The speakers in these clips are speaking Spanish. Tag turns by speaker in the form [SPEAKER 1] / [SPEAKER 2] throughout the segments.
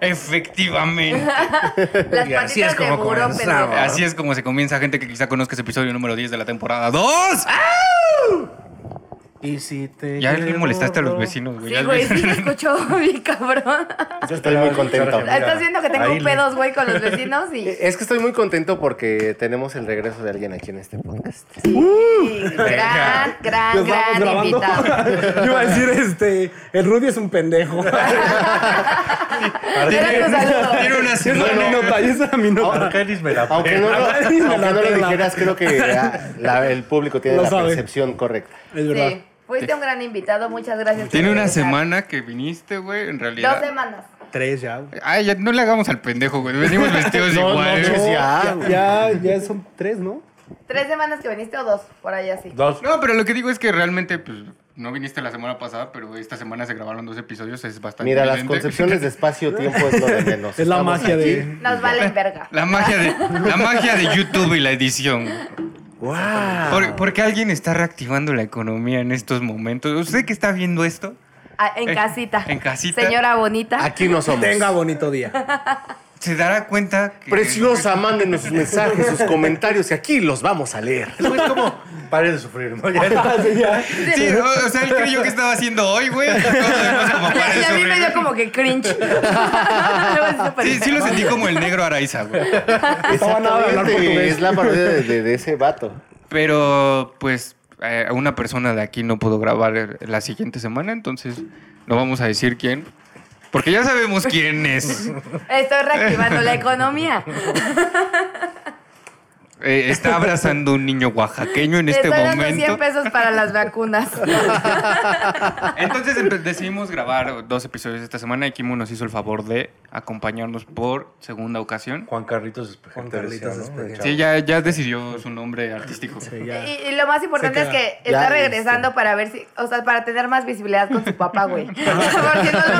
[SPEAKER 1] Efectivamente.
[SPEAKER 2] Las
[SPEAKER 3] Y así
[SPEAKER 2] patitas
[SPEAKER 3] es como
[SPEAKER 2] de buró,
[SPEAKER 3] comenzamos.
[SPEAKER 2] pendejo.
[SPEAKER 1] Así es como se comienza, gente que quizá conozca ese episodio número 10 de la temporada 2.
[SPEAKER 3] Y si te.
[SPEAKER 1] Ya le
[SPEAKER 3] llevo
[SPEAKER 1] molestaste a los
[SPEAKER 3] rojo?
[SPEAKER 1] vecinos, güey. Ya
[SPEAKER 2] Sí, güey,
[SPEAKER 1] les-
[SPEAKER 2] sí te escucho bien cabrón.
[SPEAKER 4] Yo estoy muy contento.
[SPEAKER 2] Estás viendo que tengo
[SPEAKER 3] Ahí le-
[SPEAKER 2] pedos, güey, con los vecinos y...
[SPEAKER 4] Es que estoy muy contento porque tenemos el regreso de alguien aquí en este podcast.
[SPEAKER 2] y gran, gran,
[SPEAKER 3] Los vamos
[SPEAKER 2] gran
[SPEAKER 3] grabando.
[SPEAKER 2] invitado.
[SPEAKER 3] Yo iba a decir, este. El Rudy es un pendejo.
[SPEAKER 2] Era tu saludo.
[SPEAKER 1] Tiene una
[SPEAKER 3] Sí, esa
[SPEAKER 1] semana.
[SPEAKER 3] era mi nota, y esa era mi nota.
[SPEAKER 4] Aunque no lo, aunque
[SPEAKER 3] Ay, me la
[SPEAKER 4] no lo
[SPEAKER 3] pela.
[SPEAKER 4] dijeras, creo que ah, la- el público tiene
[SPEAKER 3] Lo
[SPEAKER 4] la
[SPEAKER 3] sabe.
[SPEAKER 4] percepción correcta.
[SPEAKER 3] Es verdad.
[SPEAKER 2] Sí, fuiste un gran invitado, muchas gracias. por
[SPEAKER 1] Tiene una
[SPEAKER 2] regresar.
[SPEAKER 1] semana que viniste, güey, en
[SPEAKER 2] Dos
[SPEAKER 1] realidad.
[SPEAKER 2] semanas.
[SPEAKER 3] Tres ya. güey.
[SPEAKER 1] Ay, ya no le hagamos al pendejo, güey. Venimos vestidos
[SPEAKER 4] No,
[SPEAKER 1] iguales.
[SPEAKER 4] no,
[SPEAKER 1] No,
[SPEAKER 4] Pues ya,
[SPEAKER 3] No, Oh, ya, ya son tres, ¿no?
[SPEAKER 2] Tres semanas que viniste o dos, por ahí así.
[SPEAKER 4] Dos.
[SPEAKER 1] pero lo que digo es que realmente, pues, no viniste la semana pasada, pero esta semana se grabaron dos episodios, es bastante
[SPEAKER 4] Mira, las
[SPEAKER 1] evidente.
[SPEAKER 4] concepciones de espacio-tiempo es lo de menos.
[SPEAKER 3] Es la
[SPEAKER 4] Estamos
[SPEAKER 3] magia
[SPEAKER 4] aquí.
[SPEAKER 3] de.
[SPEAKER 2] Nos valen verga.
[SPEAKER 1] La magia, de, la magia de YouTube y la edición. Por- porque alguien está reactivando la economía en estos momentos. ¿Usted que está viendo esto?
[SPEAKER 2] Ah, en
[SPEAKER 1] Eh,
[SPEAKER 2] casita.
[SPEAKER 1] en casita.
[SPEAKER 2] Señora bonita.
[SPEAKER 4] Aquí no somos.
[SPEAKER 3] Tenga bonito día.
[SPEAKER 1] se dará cuenta que
[SPEAKER 4] Preciosa, mándenos sus mensajes, sus comentarios y aquí los vamos a leer.
[SPEAKER 3] Es como.
[SPEAKER 4] Pare de sufrir, ¿no?
[SPEAKER 3] Ah,
[SPEAKER 1] Sí, o, o sea, él creyó que estaba haciendo hoy, güey. Todos vemos como
[SPEAKER 2] Y
[SPEAKER 1] para
[SPEAKER 2] a mí
[SPEAKER 1] sobre-
[SPEAKER 2] me dio como que cringe. Luego es súper
[SPEAKER 1] Sí, sí lo
[SPEAKER 2] feo.
[SPEAKER 1] sentí como el negro Araiza, güey.
[SPEAKER 3] Estaba nada de hablar
[SPEAKER 4] Exactamente,
[SPEAKER 3] portugués.
[SPEAKER 4] es la parodia de, de- de ese vato.
[SPEAKER 1] Pero, pues, eh, una persona de aquí no pudo grabar la siguiente semana, entonces no vamos a decir quién. Porque ya sabemos quién es.
[SPEAKER 2] Estoy reactivando la economía.
[SPEAKER 1] Eh, está abrazando un niño oaxaqueño en este
[SPEAKER 2] Estoy dando 100
[SPEAKER 1] momento.
[SPEAKER 2] pesos para las vacunas.
[SPEAKER 1] Entonces empe- decidimos grabar dos episodios esta semana y Kimo nos hizo el favor de acompañarnos por segunda ocasión.
[SPEAKER 5] Juan Carlitos Espejo.
[SPEAKER 3] Juan
[SPEAKER 5] te decía,
[SPEAKER 3] Carlitos
[SPEAKER 5] ¿no?
[SPEAKER 3] Espejo.
[SPEAKER 5] El chavo.
[SPEAKER 1] Sí, ya, ya decidió su nombre artístico.
[SPEAKER 3] Sí,
[SPEAKER 2] Y,
[SPEAKER 3] ya.
[SPEAKER 2] y lo más importante
[SPEAKER 3] Se
[SPEAKER 2] es
[SPEAKER 3] queda. este.
[SPEAKER 2] que
[SPEAKER 4] Ya,
[SPEAKER 2] está regresando para ver si, o sea, para tener más visibilidad con su papá, güey. Porque no lo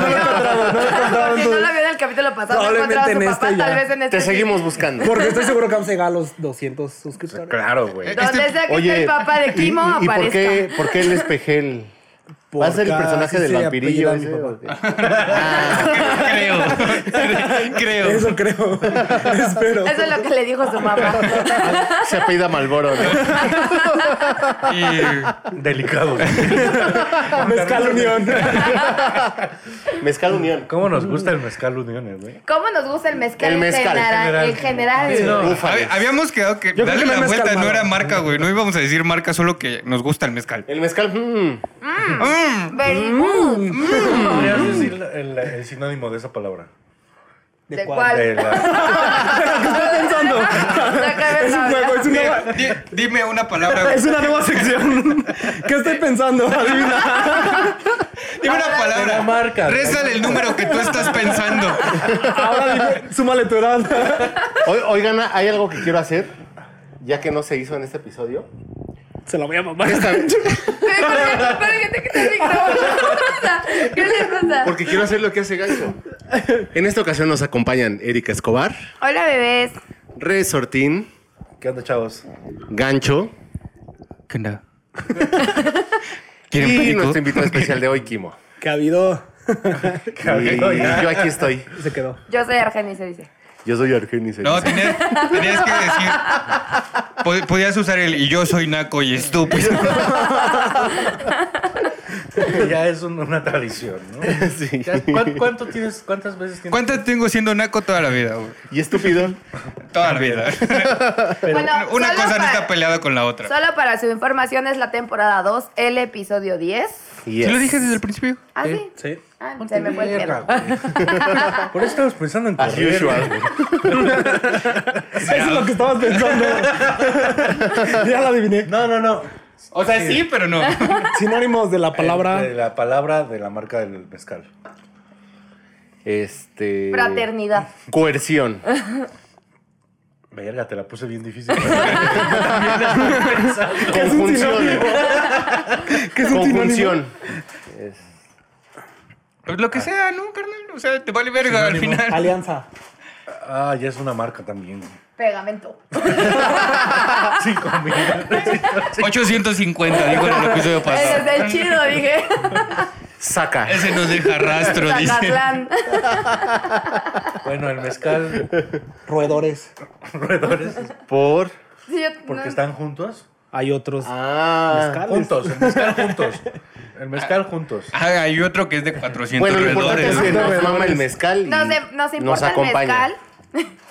[SPEAKER 2] vio.
[SPEAKER 3] encontraba, no lo encontraba,
[SPEAKER 2] Porque no
[SPEAKER 3] entonces-
[SPEAKER 2] lo vio en el capítulo pasado. No encontraba
[SPEAKER 3] Probablemente
[SPEAKER 2] a su
[SPEAKER 3] en
[SPEAKER 2] papá,
[SPEAKER 3] este ya.
[SPEAKER 2] tal vez en este.
[SPEAKER 4] Te
[SPEAKER 2] sí.
[SPEAKER 4] seguimos buscando.
[SPEAKER 3] Porque estoy seguro que vamos a llegar a los 200 suscriptores.
[SPEAKER 5] Claro, güey.
[SPEAKER 2] Donde
[SPEAKER 1] Este-
[SPEAKER 2] sea que esté el papá de Kimo,
[SPEAKER 4] ¿y, y, y por,
[SPEAKER 2] aparezca.
[SPEAKER 4] qué, por qué el espejel? ¿Va a ser el
[SPEAKER 3] Porque
[SPEAKER 4] personaje
[SPEAKER 3] así
[SPEAKER 4] del
[SPEAKER 3] se
[SPEAKER 4] vampirillo?
[SPEAKER 3] apellida mi
[SPEAKER 4] ese?
[SPEAKER 1] Creo. Creo.
[SPEAKER 3] Eso creo. Espero.
[SPEAKER 2] Eso es lo que le dijo su mamá.
[SPEAKER 4] Ah, Se apellida Malboro. ¿no?
[SPEAKER 1] Y
[SPEAKER 5] Delicado.
[SPEAKER 3] Mezcal Unión.
[SPEAKER 4] Mezcal Unión.
[SPEAKER 5] ¿Cómo nos gusta el mezcal Uniones, güey?
[SPEAKER 2] ¿Cómo nos gusta el mezcal,
[SPEAKER 4] El mezcal.
[SPEAKER 2] en general? En general.
[SPEAKER 4] Búfales.
[SPEAKER 1] hab- habíamos quedado que
[SPEAKER 3] creo
[SPEAKER 1] darle
[SPEAKER 3] que me
[SPEAKER 1] la
[SPEAKER 3] hemos
[SPEAKER 1] vuelta no
[SPEAKER 3] calmado.
[SPEAKER 1] era marca, güey. No íbamos a decir marca, solo que nos gusta el mezcal.
[SPEAKER 4] El mezcal. mm,
[SPEAKER 1] Mm,
[SPEAKER 2] Very good.
[SPEAKER 5] ¿Podrías decir el, el sinónimo de esa palabra?
[SPEAKER 2] ¿De cuál?
[SPEAKER 5] De la-
[SPEAKER 3] pensando?
[SPEAKER 2] Sácame
[SPEAKER 3] Es
[SPEAKER 2] la
[SPEAKER 3] un juego, es una,
[SPEAKER 1] di- dime una palabra, güey.
[SPEAKER 3] es una nueva sección. ¿Qué estoy pensando? Adivina.
[SPEAKER 1] Dime una palabra.
[SPEAKER 5] la marca.
[SPEAKER 1] Réstale el número que tú estás pensando.
[SPEAKER 3] Ahora dime, súmale tu edad.
[SPEAKER 4] o- Oigan, hay algo que quiero hacer, ya que no se hizo en este episodio.
[SPEAKER 3] Se la voy a mamar.
[SPEAKER 2] Pero, ¿por qué no? Pero hay gente que está bien cabrona. ¿Qué les pasa?
[SPEAKER 4] Porque quiero hacer lo que hace Gancho. En esta ocasión nos acompañan Erika Escobar,
[SPEAKER 2] Hola, bebés.
[SPEAKER 4] Resortín,
[SPEAKER 5] ¿Qué onda, chavos?
[SPEAKER 4] Gancho
[SPEAKER 1] ¿Qué onda? ¿Quieren
[SPEAKER 4] y nuestro
[SPEAKER 1] perico?
[SPEAKER 4] invitado especial de hoy, Kimo.
[SPEAKER 3] Que ha habido.
[SPEAKER 4] Y yo aquí estoy.
[SPEAKER 3] Se quedó.
[SPEAKER 2] Yo soy Argenis, se dice.
[SPEAKER 4] Yo soy Argenis.
[SPEAKER 1] No, tenías, tenías que decir. pod- Podías usar el y yo soy naco y estúpido.
[SPEAKER 5] Ya es un- una tradición, ¿no?
[SPEAKER 4] Sí.
[SPEAKER 5] Ya, ¿cuán- ¿Cuánto tienes? ¿Cuántas veces tienes?
[SPEAKER 1] ¿Cuántas tengo siendo naco toda la vida, güey?
[SPEAKER 4] Y estúpido.
[SPEAKER 1] Toda la vida.
[SPEAKER 2] bueno,
[SPEAKER 1] Una
[SPEAKER 2] solo
[SPEAKER 1] cosa no
[SPEAKER 2] para-
[SPEAKER 1] está peleada con la otra.
[SPEAKER 2] Solo para su información es la temporada 2, el episodio 10.
[SPEAKER 4] Yes.
[SPEAKER 1] ¿Sí lo dije desde el principio?
[SPEAKER 2] ¿Ah, sí?
[SPEAKER 3] Sí.
[SPEAKER 2] Ah, se me fue el pedo.
[SPEAKER 5] Por eso estamos pensando en
[SPEAKER 4] As
[SPEAKER 5] correr.
[SPEAKER 4] Ah, usual.
[SPEAKER 5] güey.
[SPEAKER 3] Eso es lo que estabas pensando. ya la adiviné.
[SPEAKER 5] No, no, no.
[SPEAKER 1] O sea, sí, pero no.
[SPEAKER 3] Sinónimos de la palabra.
[SPEAKER 5] De la palabra de la marca del mezcal.
[SPEAKER 4] Este.
[SPEAKER 2] Fraternidad.
[SPEAKER 4] Coerción.
[SPEAKER 5] Verga, te la puse bien difícil.
[SPEAKER 3] ¿Qué es un
[SPEAKER 4] Conjunción.
[SPEAKER 3] sinónimo? ¿Qué es un sinónimo?
[SPEAKER 4] Conjunción.
[SPEAKER 1] Pues lo que sea, ¿no, carnal? O sea, te vale verga al
[SPEAKER 5] Sinónimo.
[SPEAKER 1] final.
[SPEAKER 3] Alianza.
[SPEAKER 5] ah, ya es una marca también.
[SPEAKER 2] Pegamento.
[SPEAKER 5] Sí, conmigo.
[SPEAKER 1] 850, dijo en el episodio
[SPEAKER 2] Ese
[SPEAKER 1] pasado.
[SPEAKER 2] está chido, dije.
[SPEAKER 4] Saca.
[SPEAKER 1] Ese nos deja rastro, dice.
[SPEAKER 2] Zacatlán.
[SPEAKER 5] Bueno, el mezcal,
[SPEAKER 3] Roedores.
[SPEAKER 5] roedores,
[SPEAKER 4] Por.
[SPEAKER 2] Sí, yo-
[SPEAKER 5] porque
[SPEAKER 2] no-
[SPEAKER 5] están juntos.
[SPEAKER 3] Hay otros.
[SPEAKER 4] Ah.
[SPEAKER 3] Mezcal.
[SPEAKER 5] Juntos, el mezcal juntos. El mezcal juntos.
[SPEAKER 1] Ah, hay otro que es de 400
[SPEAKER 4] Bueno, lo importante
[SPEAKER 1] alrededores.
[SPEAKER 4] es que
[SPEAKER 1] ¿no?
[SPEAKER 4] nos mama el mezcal. y
[SPEAKER 2] No se, no se
[SPEAKER 4] nos
[SPEAKER 2] importa el
[SPEAKER 4] acompaña.
[SPEAKER 2] mezcal.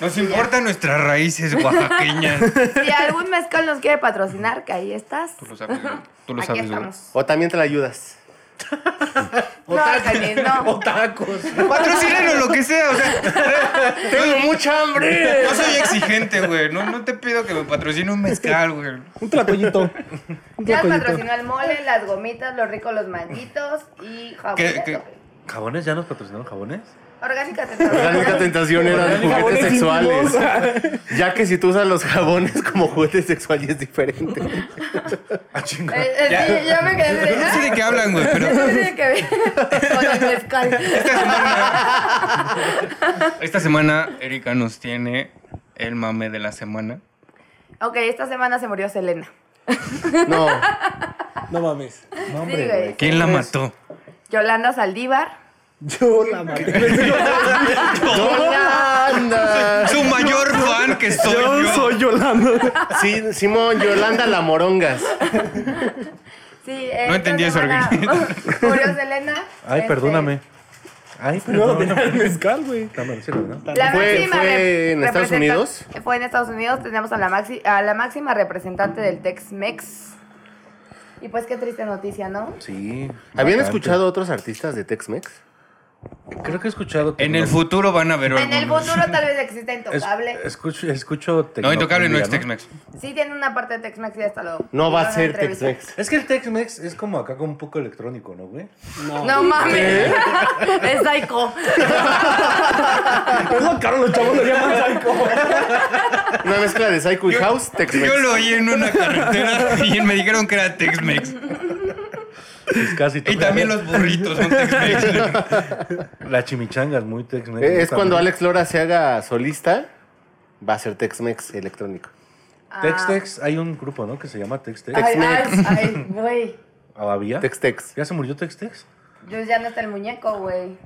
[SPEAKER 1] Nos importan nuestras raíces oaxaqueñas.
[SPEAKER 2] Si algún mezcal nos quiere patrocinar, que ahí estás.
[SPEAKER 1] Tú lo sabes, güey. Tú lo
[SPEAKER 2] Aquí
[SPEAKER 1] sabes, güey.
[SPEAKER 2] estamos.
[SPEAKER 4] O también te la ayudas.
[SPEAKER 2] No, Jaime, no.
[SPEAKER 5] tacos.
[SPEAKER 1] Patrocínanos lo que sea, o sea.
[SPEAKER 4] ¡Tengo mucha hambre!
[SPEAKER 1] No soy exigente, güey. No, no te pido que me patrocine un mezcal, güey.
[SPEAKER 3] Un tlacoyito. Un
[SPEAKER 2] Ya nos
[SPEAKER 3] tlacoyito.
[SPEAKER 2] patrocinó el mole, las gomitas, los ricos, los malditos y
[SPEAKER 1] ¿Qué-
[SPEAKER 2] jabones.
[SPEAKER 1] qué?
[SPEAKER 5] ¿Jabones? ¿Ya nos patrocinaron jabones?
[SPEAKER 2] Orgánica
[SPEAKER 4] La única
[SPEAKER 2] te
[SPEAKER 4] tentación eran juguetes
[SPEAKER 3] Jabones
[SPEAKER 4] sexuales.
[SPEAKER 3] íntimos.
[SPEAKER 4] Ya que si tú usas los jabones como juguetes sexuales es diferente.
[SPEAKER 5] Ah, chingo.
[SPEAKER 1] Ya.
[SPEAKER 2] Eh, Sí, yo me quedé
[SPEAKER 1] Yo no sé de qué hablan, güey, pero
[SPEAKER 2] Eso tiene que ver con el mezcal.
[SPEAKER 1] esta semana. Esta semana, Erika nos tiene el mame de la semana.
[SPEAKER 2] Ok, esta semana se murió Selena.
[SPEAKER 4] No,
[SPEAKER 3] No mames.
[SPEAKER 5] No,
[SPEAKER 2] Sí,
[SPEAKER 5] hombre,
[SPEAKER 2] güey.
[SPEAKER 5] güey.
[SPEAKER 1] ¿Quién la mató?
[SPEAKER 2] Yolanda Saldívar.
[SPEAKER 3] Yo la maté.
[SPEAKER 4] Yolanda.
[SPEAKER 1] Su mayor fan que soy yo.
[SPEAKER 3] Yo soy Yolanda.
[SPEAKER 4] Sí, Simón, Yolanda la morongas.
[SPEAKER 2] Sí, eh,
[SPEAKER 1] No
[SPEAKER 2] esta
[SPEAKER 1] entendí eso,
[SPEAKER 2] semana
[SPEAKER 1] Orgánica.
[SPEAKER 2] Murió Selena.
[SPEAKER 5] Ay,
[SPEAKER 2] Este,
[SPEAKER 5] perdóname. Ay,
[SPEAKER 3] No, tenía
[SPEAKER 5] perdóname.
[SPEAKER 3] el mezcal, güey.
[SPEAKER 5] Dame, sí, ¿verdad?
[SPEAKER 2] La
[SPEAKER 4] ¿Fue-
[SPEAKER 2] máxima
[SPEAKER 4] fue
[SPEAKER 2] rep-
[SPEAKER 4] en Estados
[SPEAKER 2] representa-
[SPEAKER 4] Unidos?
[SPEAKER 2] Fue en Estados Unidos. Tenemos a la, maxi- a la máxima representante del Tex-Mex. Y pues qué triste noticia, ¿no?
[SPEAKER 5] Sí.
[SPEAKER 4] ¿Habían
[SPEAKER 5] bastante.
[SPEAKER 4] escuchado otros artistas de Tex-Mex?
[SPEAKER 5] Creo que he escuchado.
[SPEAKER 1] En el futuro van a ver
[SPEAKER 2] En el
[SPEAKER 1] algunos.
[SPEAKER 2] futuro tal vez exista
[SPEAKER 5] Es-
[SPEAKER 2] Intocable.
[SPEAKER 5] escucho, escucho
[SPEAKER 1] No, intocable no es
[SPEAKER 5] tecnocumbia,
[SPEAKER 1] Tex-Mex.
[SPEAKER 2] Sí tiene una parte de Tex-Mex y hasta luego.
[SPEAKER 4] No va a ser Tex-Mex.
[SPEAKER 5] Es que el Tex-Mex es como acá con un poco electrónico, ¿no, güey?
[SPEAKER 2] No mames. es psycho.
[SPEAKER 3] Es lo caro, los chavos lo llaman psycho.
[SPEAKER 4] Una mezcla de Psycho y House,
[SPEAKER 1] Yo
[SPEAKER 4] Tex-Mex.
[SPEAKER 1] lo oí en una carretera y me dijeron que era Tex-Mex.
[SPEAKER 5] Es casi
[SPEAKER 1] Y también los burritos son Tex-Mex.
[SPEAKER 5] La chimichanga es muy Tex-Mex.
[SPEAKER 4] Eh, Es cuando
[SPEAKER 5] También.
[SPEAKER 4] Alex Lora se haga solista, va a ser Tex-Mex electrónico.
[SPEAKER 5] Tex-Tex, hay un grupo, ¿no? Que se llama Tex-Tex.
[SPEAKER 2] Ay, ay,
[SPEAKER 4] Tex-Mex.
[SPEAKER 2] ay, güey.
[SPEAKER 5] ¿O había?
[SPEAKER 4] Tex-Tex.
[SPEAKER 5] ¿Ya se murió Tex-Tex?
[SPEAKER 2] Yo ya no está el muñeco, güey.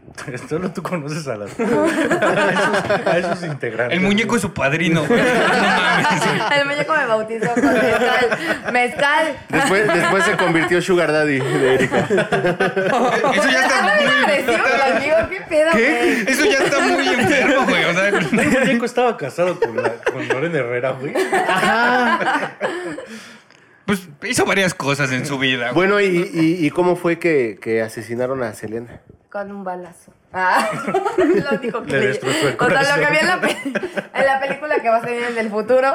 [SPEAKER 5] Solo tú conoces a, las, a, esos, a esos integrantes.
[SPEAKER 1] El muñeco es su padrino, güey. No mames.
[SPEAKER 2] El muñeco me bautizó con mezcal. Mezcal.
[SPEAKER 4] Después, después se convirtió Sugar Daddy de Erika.
[SPEAKER 1] Eso ya está
[SPEAKER 2] Anda bien
[SPEAKER 1] muy.
[SPEAKER 2] agresivo conmigo, qué pedo, güey.
[SPEAKER 1] Eso ya está muy enfermo, güey. O sea,
[SPEAKER 5] El muñeco estaba casado con, la, con Loren Herrera, güey.
[SPEAKER 1] pues hizo varias cosas en su vida. güey.
[SPEAKER 4] Bueno, ¿y, y, y cómo fue que, que asesinaron a Selena?
[SPEAKER 2] Con un balazo. Ah, lo único que
[SPEAKER 5] Le destrozó el
[SPEAKER 2] O sea, lo que
[SPEAKER 5] corazón.
[SPEAKER 2] vi en la, pe- en la película que va a salir en el futuro.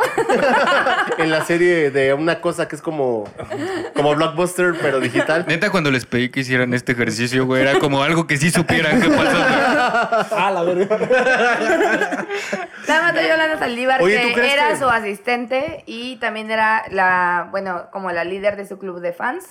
[SPEAKER 4] En la serie de una cosa que es como, como blockbuster, pero digital.
[SPEAKER 1] Neta, cuando les pedí que hicieran este ejercicio, güey, era como algo que sí supieran qué pasó. güey.
[SPEAKER 3] Ah, la verga.
[SPEAKER 2] La mató Yolanda Saldívar,
[SPEAKER 4] Oye, ¿tú
[SPEAKER 2] que
[SPEAKER 4] crees
[SPEAKER 2] era
[SPEAKER 4] que-
[SPEAKER 2] su asistente y también era la, bueno, como la líder de su club de fans.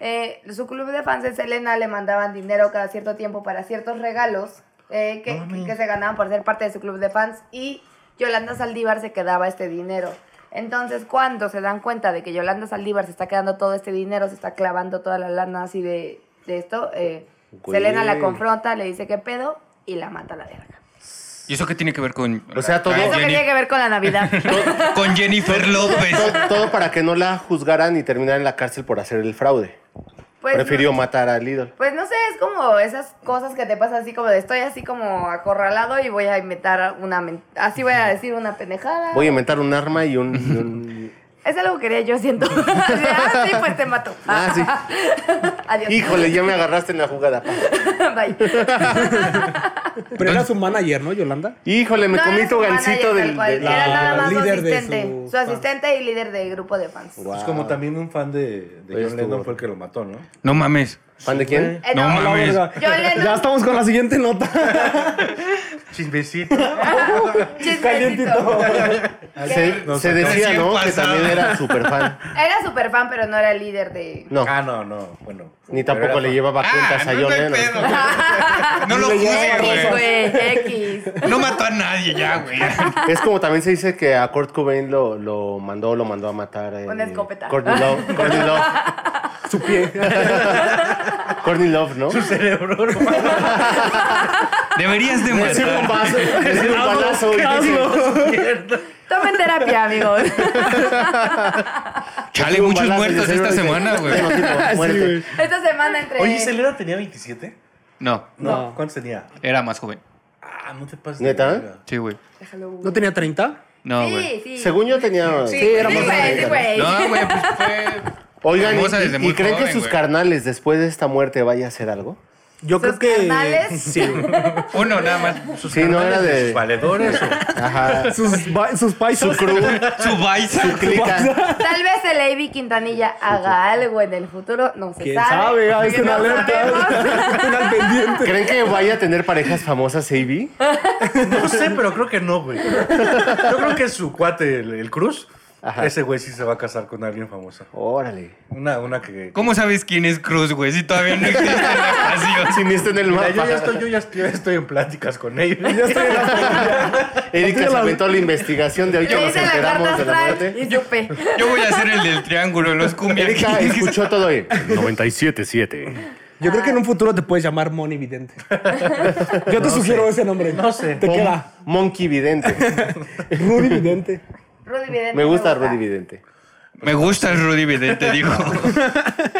[SPEAKER 2] Eh, su club de fans en Selena le mandaban dinero cada cierto tiempo para ciertos regalos eh, que, que se ganaban por ser parte de su club de fans y Yolanda Saldívar se quedaba este dinero. Entonces, cuando se dan cuenta de que Yolanda Saldívar se está quedando todo este dinero, se está clavando toda la lana así de, de esto, eh,
[SPEAKER 4] Güey.
[SPEAKER 2] Selena la confronta, le dice qué pedo y la mata a la verga.
[SPEAKER 1] ¿Y eso qué tiene que ver con.
[SPEAKER 4] O sea, todo-
[SPEAKER 1] con
[SPEAKER 2] Eso que
[SPEAKER 1] Jenny-
[SPEAKER 2] tiene que ver con la Navidad.
[SPEAKER 1] con Jennifer López.
[SPEAKER 4] Todo, todo para que no la juzgaran y terminara en la cárcel por hacer el fraude.
[SPEAKER 2] Pues
[SPEAKER 4] Prefirió
[SPEAKER 2] no,
[SPEAKER 4] matar al ídolo.
[SPEAKER 2] pues no sé, es como esas cosas que te pasan así como de estoy así como acorralado y voy a inventar una men- así voy a decir una pendejada.
[SPEAKER 4] Voy a inventar un arma y un... y un-
[SPEAKER 2] Es algo que quería yo, siento. ah, sí, pues te mato.
[SPEAKER 4] Ah, sí.
[SPEAKER 2] Adiós.
[SPEAKER 4] Híjole, ya me agarraste en la jugada. pa.
[SPEAKER 2] Bye.
[SPEAKER 3] Pero era su manager, ¿no, Yolanda?
[SPEAKER 4] Híjole, me
[SPEAKER 2] No,
[SPEAKER 4] comí
[SPEAKER 2] era
[SPEAKER 4] tu
[SPEAKER 2] su
[SPEAKER 4] gancito
[SPEAKER 2] manager,
[SPEAKER 4] del.
[SPEAKER 2] tal cual,
[SPEAKER 4] del-
[SPEAKER 2] Era
[SPEAKER 3] la
[SPEAKER 2] nada más su
[SPEAKER 3] líder de
[SPEAKER 2] asistente.
[SPEAKER 3] su
[SPEAKER 2] Su,
[SPEAKER 3] fan.
[SPEAKER 2] asistente y líder del grupo de fans.
[SPEAKER 4] Guau.
[SPEAKER 5] Pues como también un fan de, de
[SPEAKER 4] Oye,
[SPEAKER 5] John Lennon
[SPEAKER 4] estuvo-
[SPEAKER 5] fue el que lo mató, ¿no?
[SPEAKER 1] No mames.
[SPEAKER 4] ¿Fan de quién?
[SPEAKER 2] Eh,
[SPEAKER 1] No
[SPEAKER 3] La
[SPEAKER 1] mames.
[SPEAKER 3] verga.
[SPEAKER 2] John Lennon.
[SPEAKER 3] Ya estamos con la siguiente nota.
[SPEAKER 5] Chismecito.
[SPEAKER 2] Chismecito.
[SPEAKER 3] Calientito.
[SPEAKER 4] Se,
[SPEAKER 5] Nos
[SPEAKER 4] se
[SPEAKER 5] sacó
[SPEAKER 4] decía,
[SPEAKER 1] recién
[SPEAKER 4] ¿no? Que
[SPEAKER 1] pasada.
[SPEAKER 4] también era super fan.
[SPEAKER 2] Era super fan, pero no era el líder de.
[SPEAKER 4] No,
[SPEAKER 5] Ah, no, no. Bueno.
[SPEAKER 4] ni
[SPEAKER 5] Pero
[SPEAKER 4] tampoco
[SPEAKER 5] era
[SPEAKER 4] le
[SPEAKER 5] fan.
[SPEAKER 4] llevaba
[SPEAKER 1] Ah,
[SPEAKER 4] cuentas
[SPEAKER 1] no,
[SPEAKER 4] a
[SPEAKER 1] no
[SPEAKER 4] John
[SPEAKER 1] hay
[SPEAKER 4] Lennon.
[SPEAKER 1] pedo, güey. No lo juzgues,
[SPEAKER 2] X,
[SPEAKER 1] güey.
[SPEAKER 2] güey. X.
[SPEAKER 1] No mató a nadie ya, güey.
[SPEAKER 4] Es como también se dice que a Kurt Cobain lo, lo mandó, lo mandó a matar. eh,
[SPEAKER 2] Una escopeta.
[SPEAKER 4] Courtney Love. Courtney Love.
[SPEAKER 3] Su pie.
[SPEAKER 4] Courtney Love, ¿no?
[SPEAKER 5] Cerebro. ¿no?
[SPEAKER 1] Deberías de
[SPEAKER 4] Es un
[SPEAKER 1] matar.
[SPEAKER 4] bombazo. Es un balazo. y dice,
[SPEAKER 2] Tomen terapia, amigos.
[SPEAKER 1] Chale,
[SPEAKER 4] "Un
[SPEAKER 1] muchos
[SPEAKER 4] balazo", y
[SPEAKER 1] muertos
[SPEAKER 4] el cerebro
[SPEAKER 1] esta
[SPEAKER 4] dice,
[SPEAKER 1] semana, güey.
[SPEAKER 4] "Tengo tiempo, muérete".
[SPEAKER 2] Esta semana entre.
[SPEAKER 5] Oye, ¿Selena tenía 27?
[SPEAKER 1] No,
[SPEAKER 5] No. ¿Cuántos tenía?
[SPEAKER 1] era más joven.
[SPEAKER 5] Ah, no te pases.
[SPEAKER 4] ¿Neta?
[SPEAKER 5] de verga.
[SPEAKER 1] Sí, güey.
[SPEAKER 2] Déjalo.
[SPEAKER 3] ¿No tenía 30?
[SPEAKER 1] No, güey.
[SPEAKER 2] sí, sí.
[SPEAKER 4] Según yo tenía...
[SPEAKER 2] Sí,
[SPEAKER 3] Sí, era
[SPEAKER 2] sí,
[SPEAKER 3] más
[SPEAKER 2] güey,
[SPEAKER 3] grande.
[SPEAKER 2] sí, güey.
[SPEAKER 1] No, güey, pues fue.
[SPEAKER 4] Oigan,
[SPEAKER 1] Famosa desde
[SPEAKER 4] ¿y,
[SPEAKER 1] muy
[SPEAKER 4] y creen que
[SPEAKER 1] joven,
[SPEAKER 4] sus
[SPEAKER 1] güey.
[SPEAKER 4] carnales después de esta muerte vaya a hacer algo?
[SPEAKER 3] Yo
[SPEAKER 2] ¿Sus
[SPEAKER 3] creo que.
[SPEAKER 2] carnales?
[SPEAKER 3] Sí. güey.
[SPEAKER 1] Uno nada más.
[SPEAKER 5] ¿Sus
[SPEAKER 4] Sí, no,
[SPEAKER 5] carnales
[SPEAKER 4] era de-
[SPEAKER 5] sus valedores o...?
[SPEAKER 4] Ajá.
[SPEAKER 3] Sus, ba- sus paisas.
[SPEAKER 1] Su baisa.
[SPEAKER 4] Clica.
[SPEAKER 2] Tal vez el Avi Quintanilla haga algo en el futuro. No se
[SPEAKER 3] ¿Quién
[SPEAKER 2] sabe.
[SPEAKER 3] sabe? Ah, es
[SPEAKER 2] porque
[SPEAKER 3] una
[SPEAKER 2] no sabemos.
[SPEAKER 3] alerta. Estén al pendiente.
[SPEAKER 4] ¿Creen que vaya a tener parejas famosas, AB?
[SPEAKER 5] No sé, pero creo que no, güey. Yo creo que su cuate, el, el Cruz,
[SPEAKER 4] Ajá.
[SPEAKER 5] ese güey sí se va a casar con alguien famoso.
[SPEAKER 4] Órale.
[SPEAKER 5] Una, una que.
[SPEAKER 1] ¿Cómo sabes quién es Cruz, güey? Si todavía no existe la pasión.
[SPEAKER 4] Si ni está en el
[SPEAKER 5] Mira,
[SPEAKER 4] mapa.
[SPEAKER 5] yo ya estoy, yo ya estoy, yo estoy en pláticas con ellos.
[SPEAKER 3] Ya estoy en la-
[SPEAKER 4] Erika se aventó la investigación de hoy que
[SPEAKER 2] Le
[SPEAKER 4] nos
[SPEAKER 2] hice la
[SPEAKER 4] enteramos
[SPEAKER 2] carta
[SPEAKER 4] de la
[SPEAKER 2] astral
[SPEAKER 4] muerte.
[SPEAKER 2] y supe.
[SPEAKER 1] Yo voy a hacer el del triángulo, los cumbia.
[SPEAKER 4] Erika
[SPEAKER 1] kings.
[SPEAKER 4] escuchó todo el 97.7.
[SPEAKER 3] Yo creo que en un futuro te puedes llamar Moni Vidente. Yo te sugiero ese nombre.
[SPEAKER 5] No sé.
[SPEAKER 3] Te
[SPEAKER 4] Mon-
[SPEAKER 3] queda
[SPEAKER 4] Monkey Vidente.
[SPEAKER 3] Rudy Vidente.
[SPEAKER 2] Rudy Vidente.
[SPEAKER 4] Me gusta Rudy Vidente.
[SPEAKER 1] Me gusta el Rudy Vidente, digo.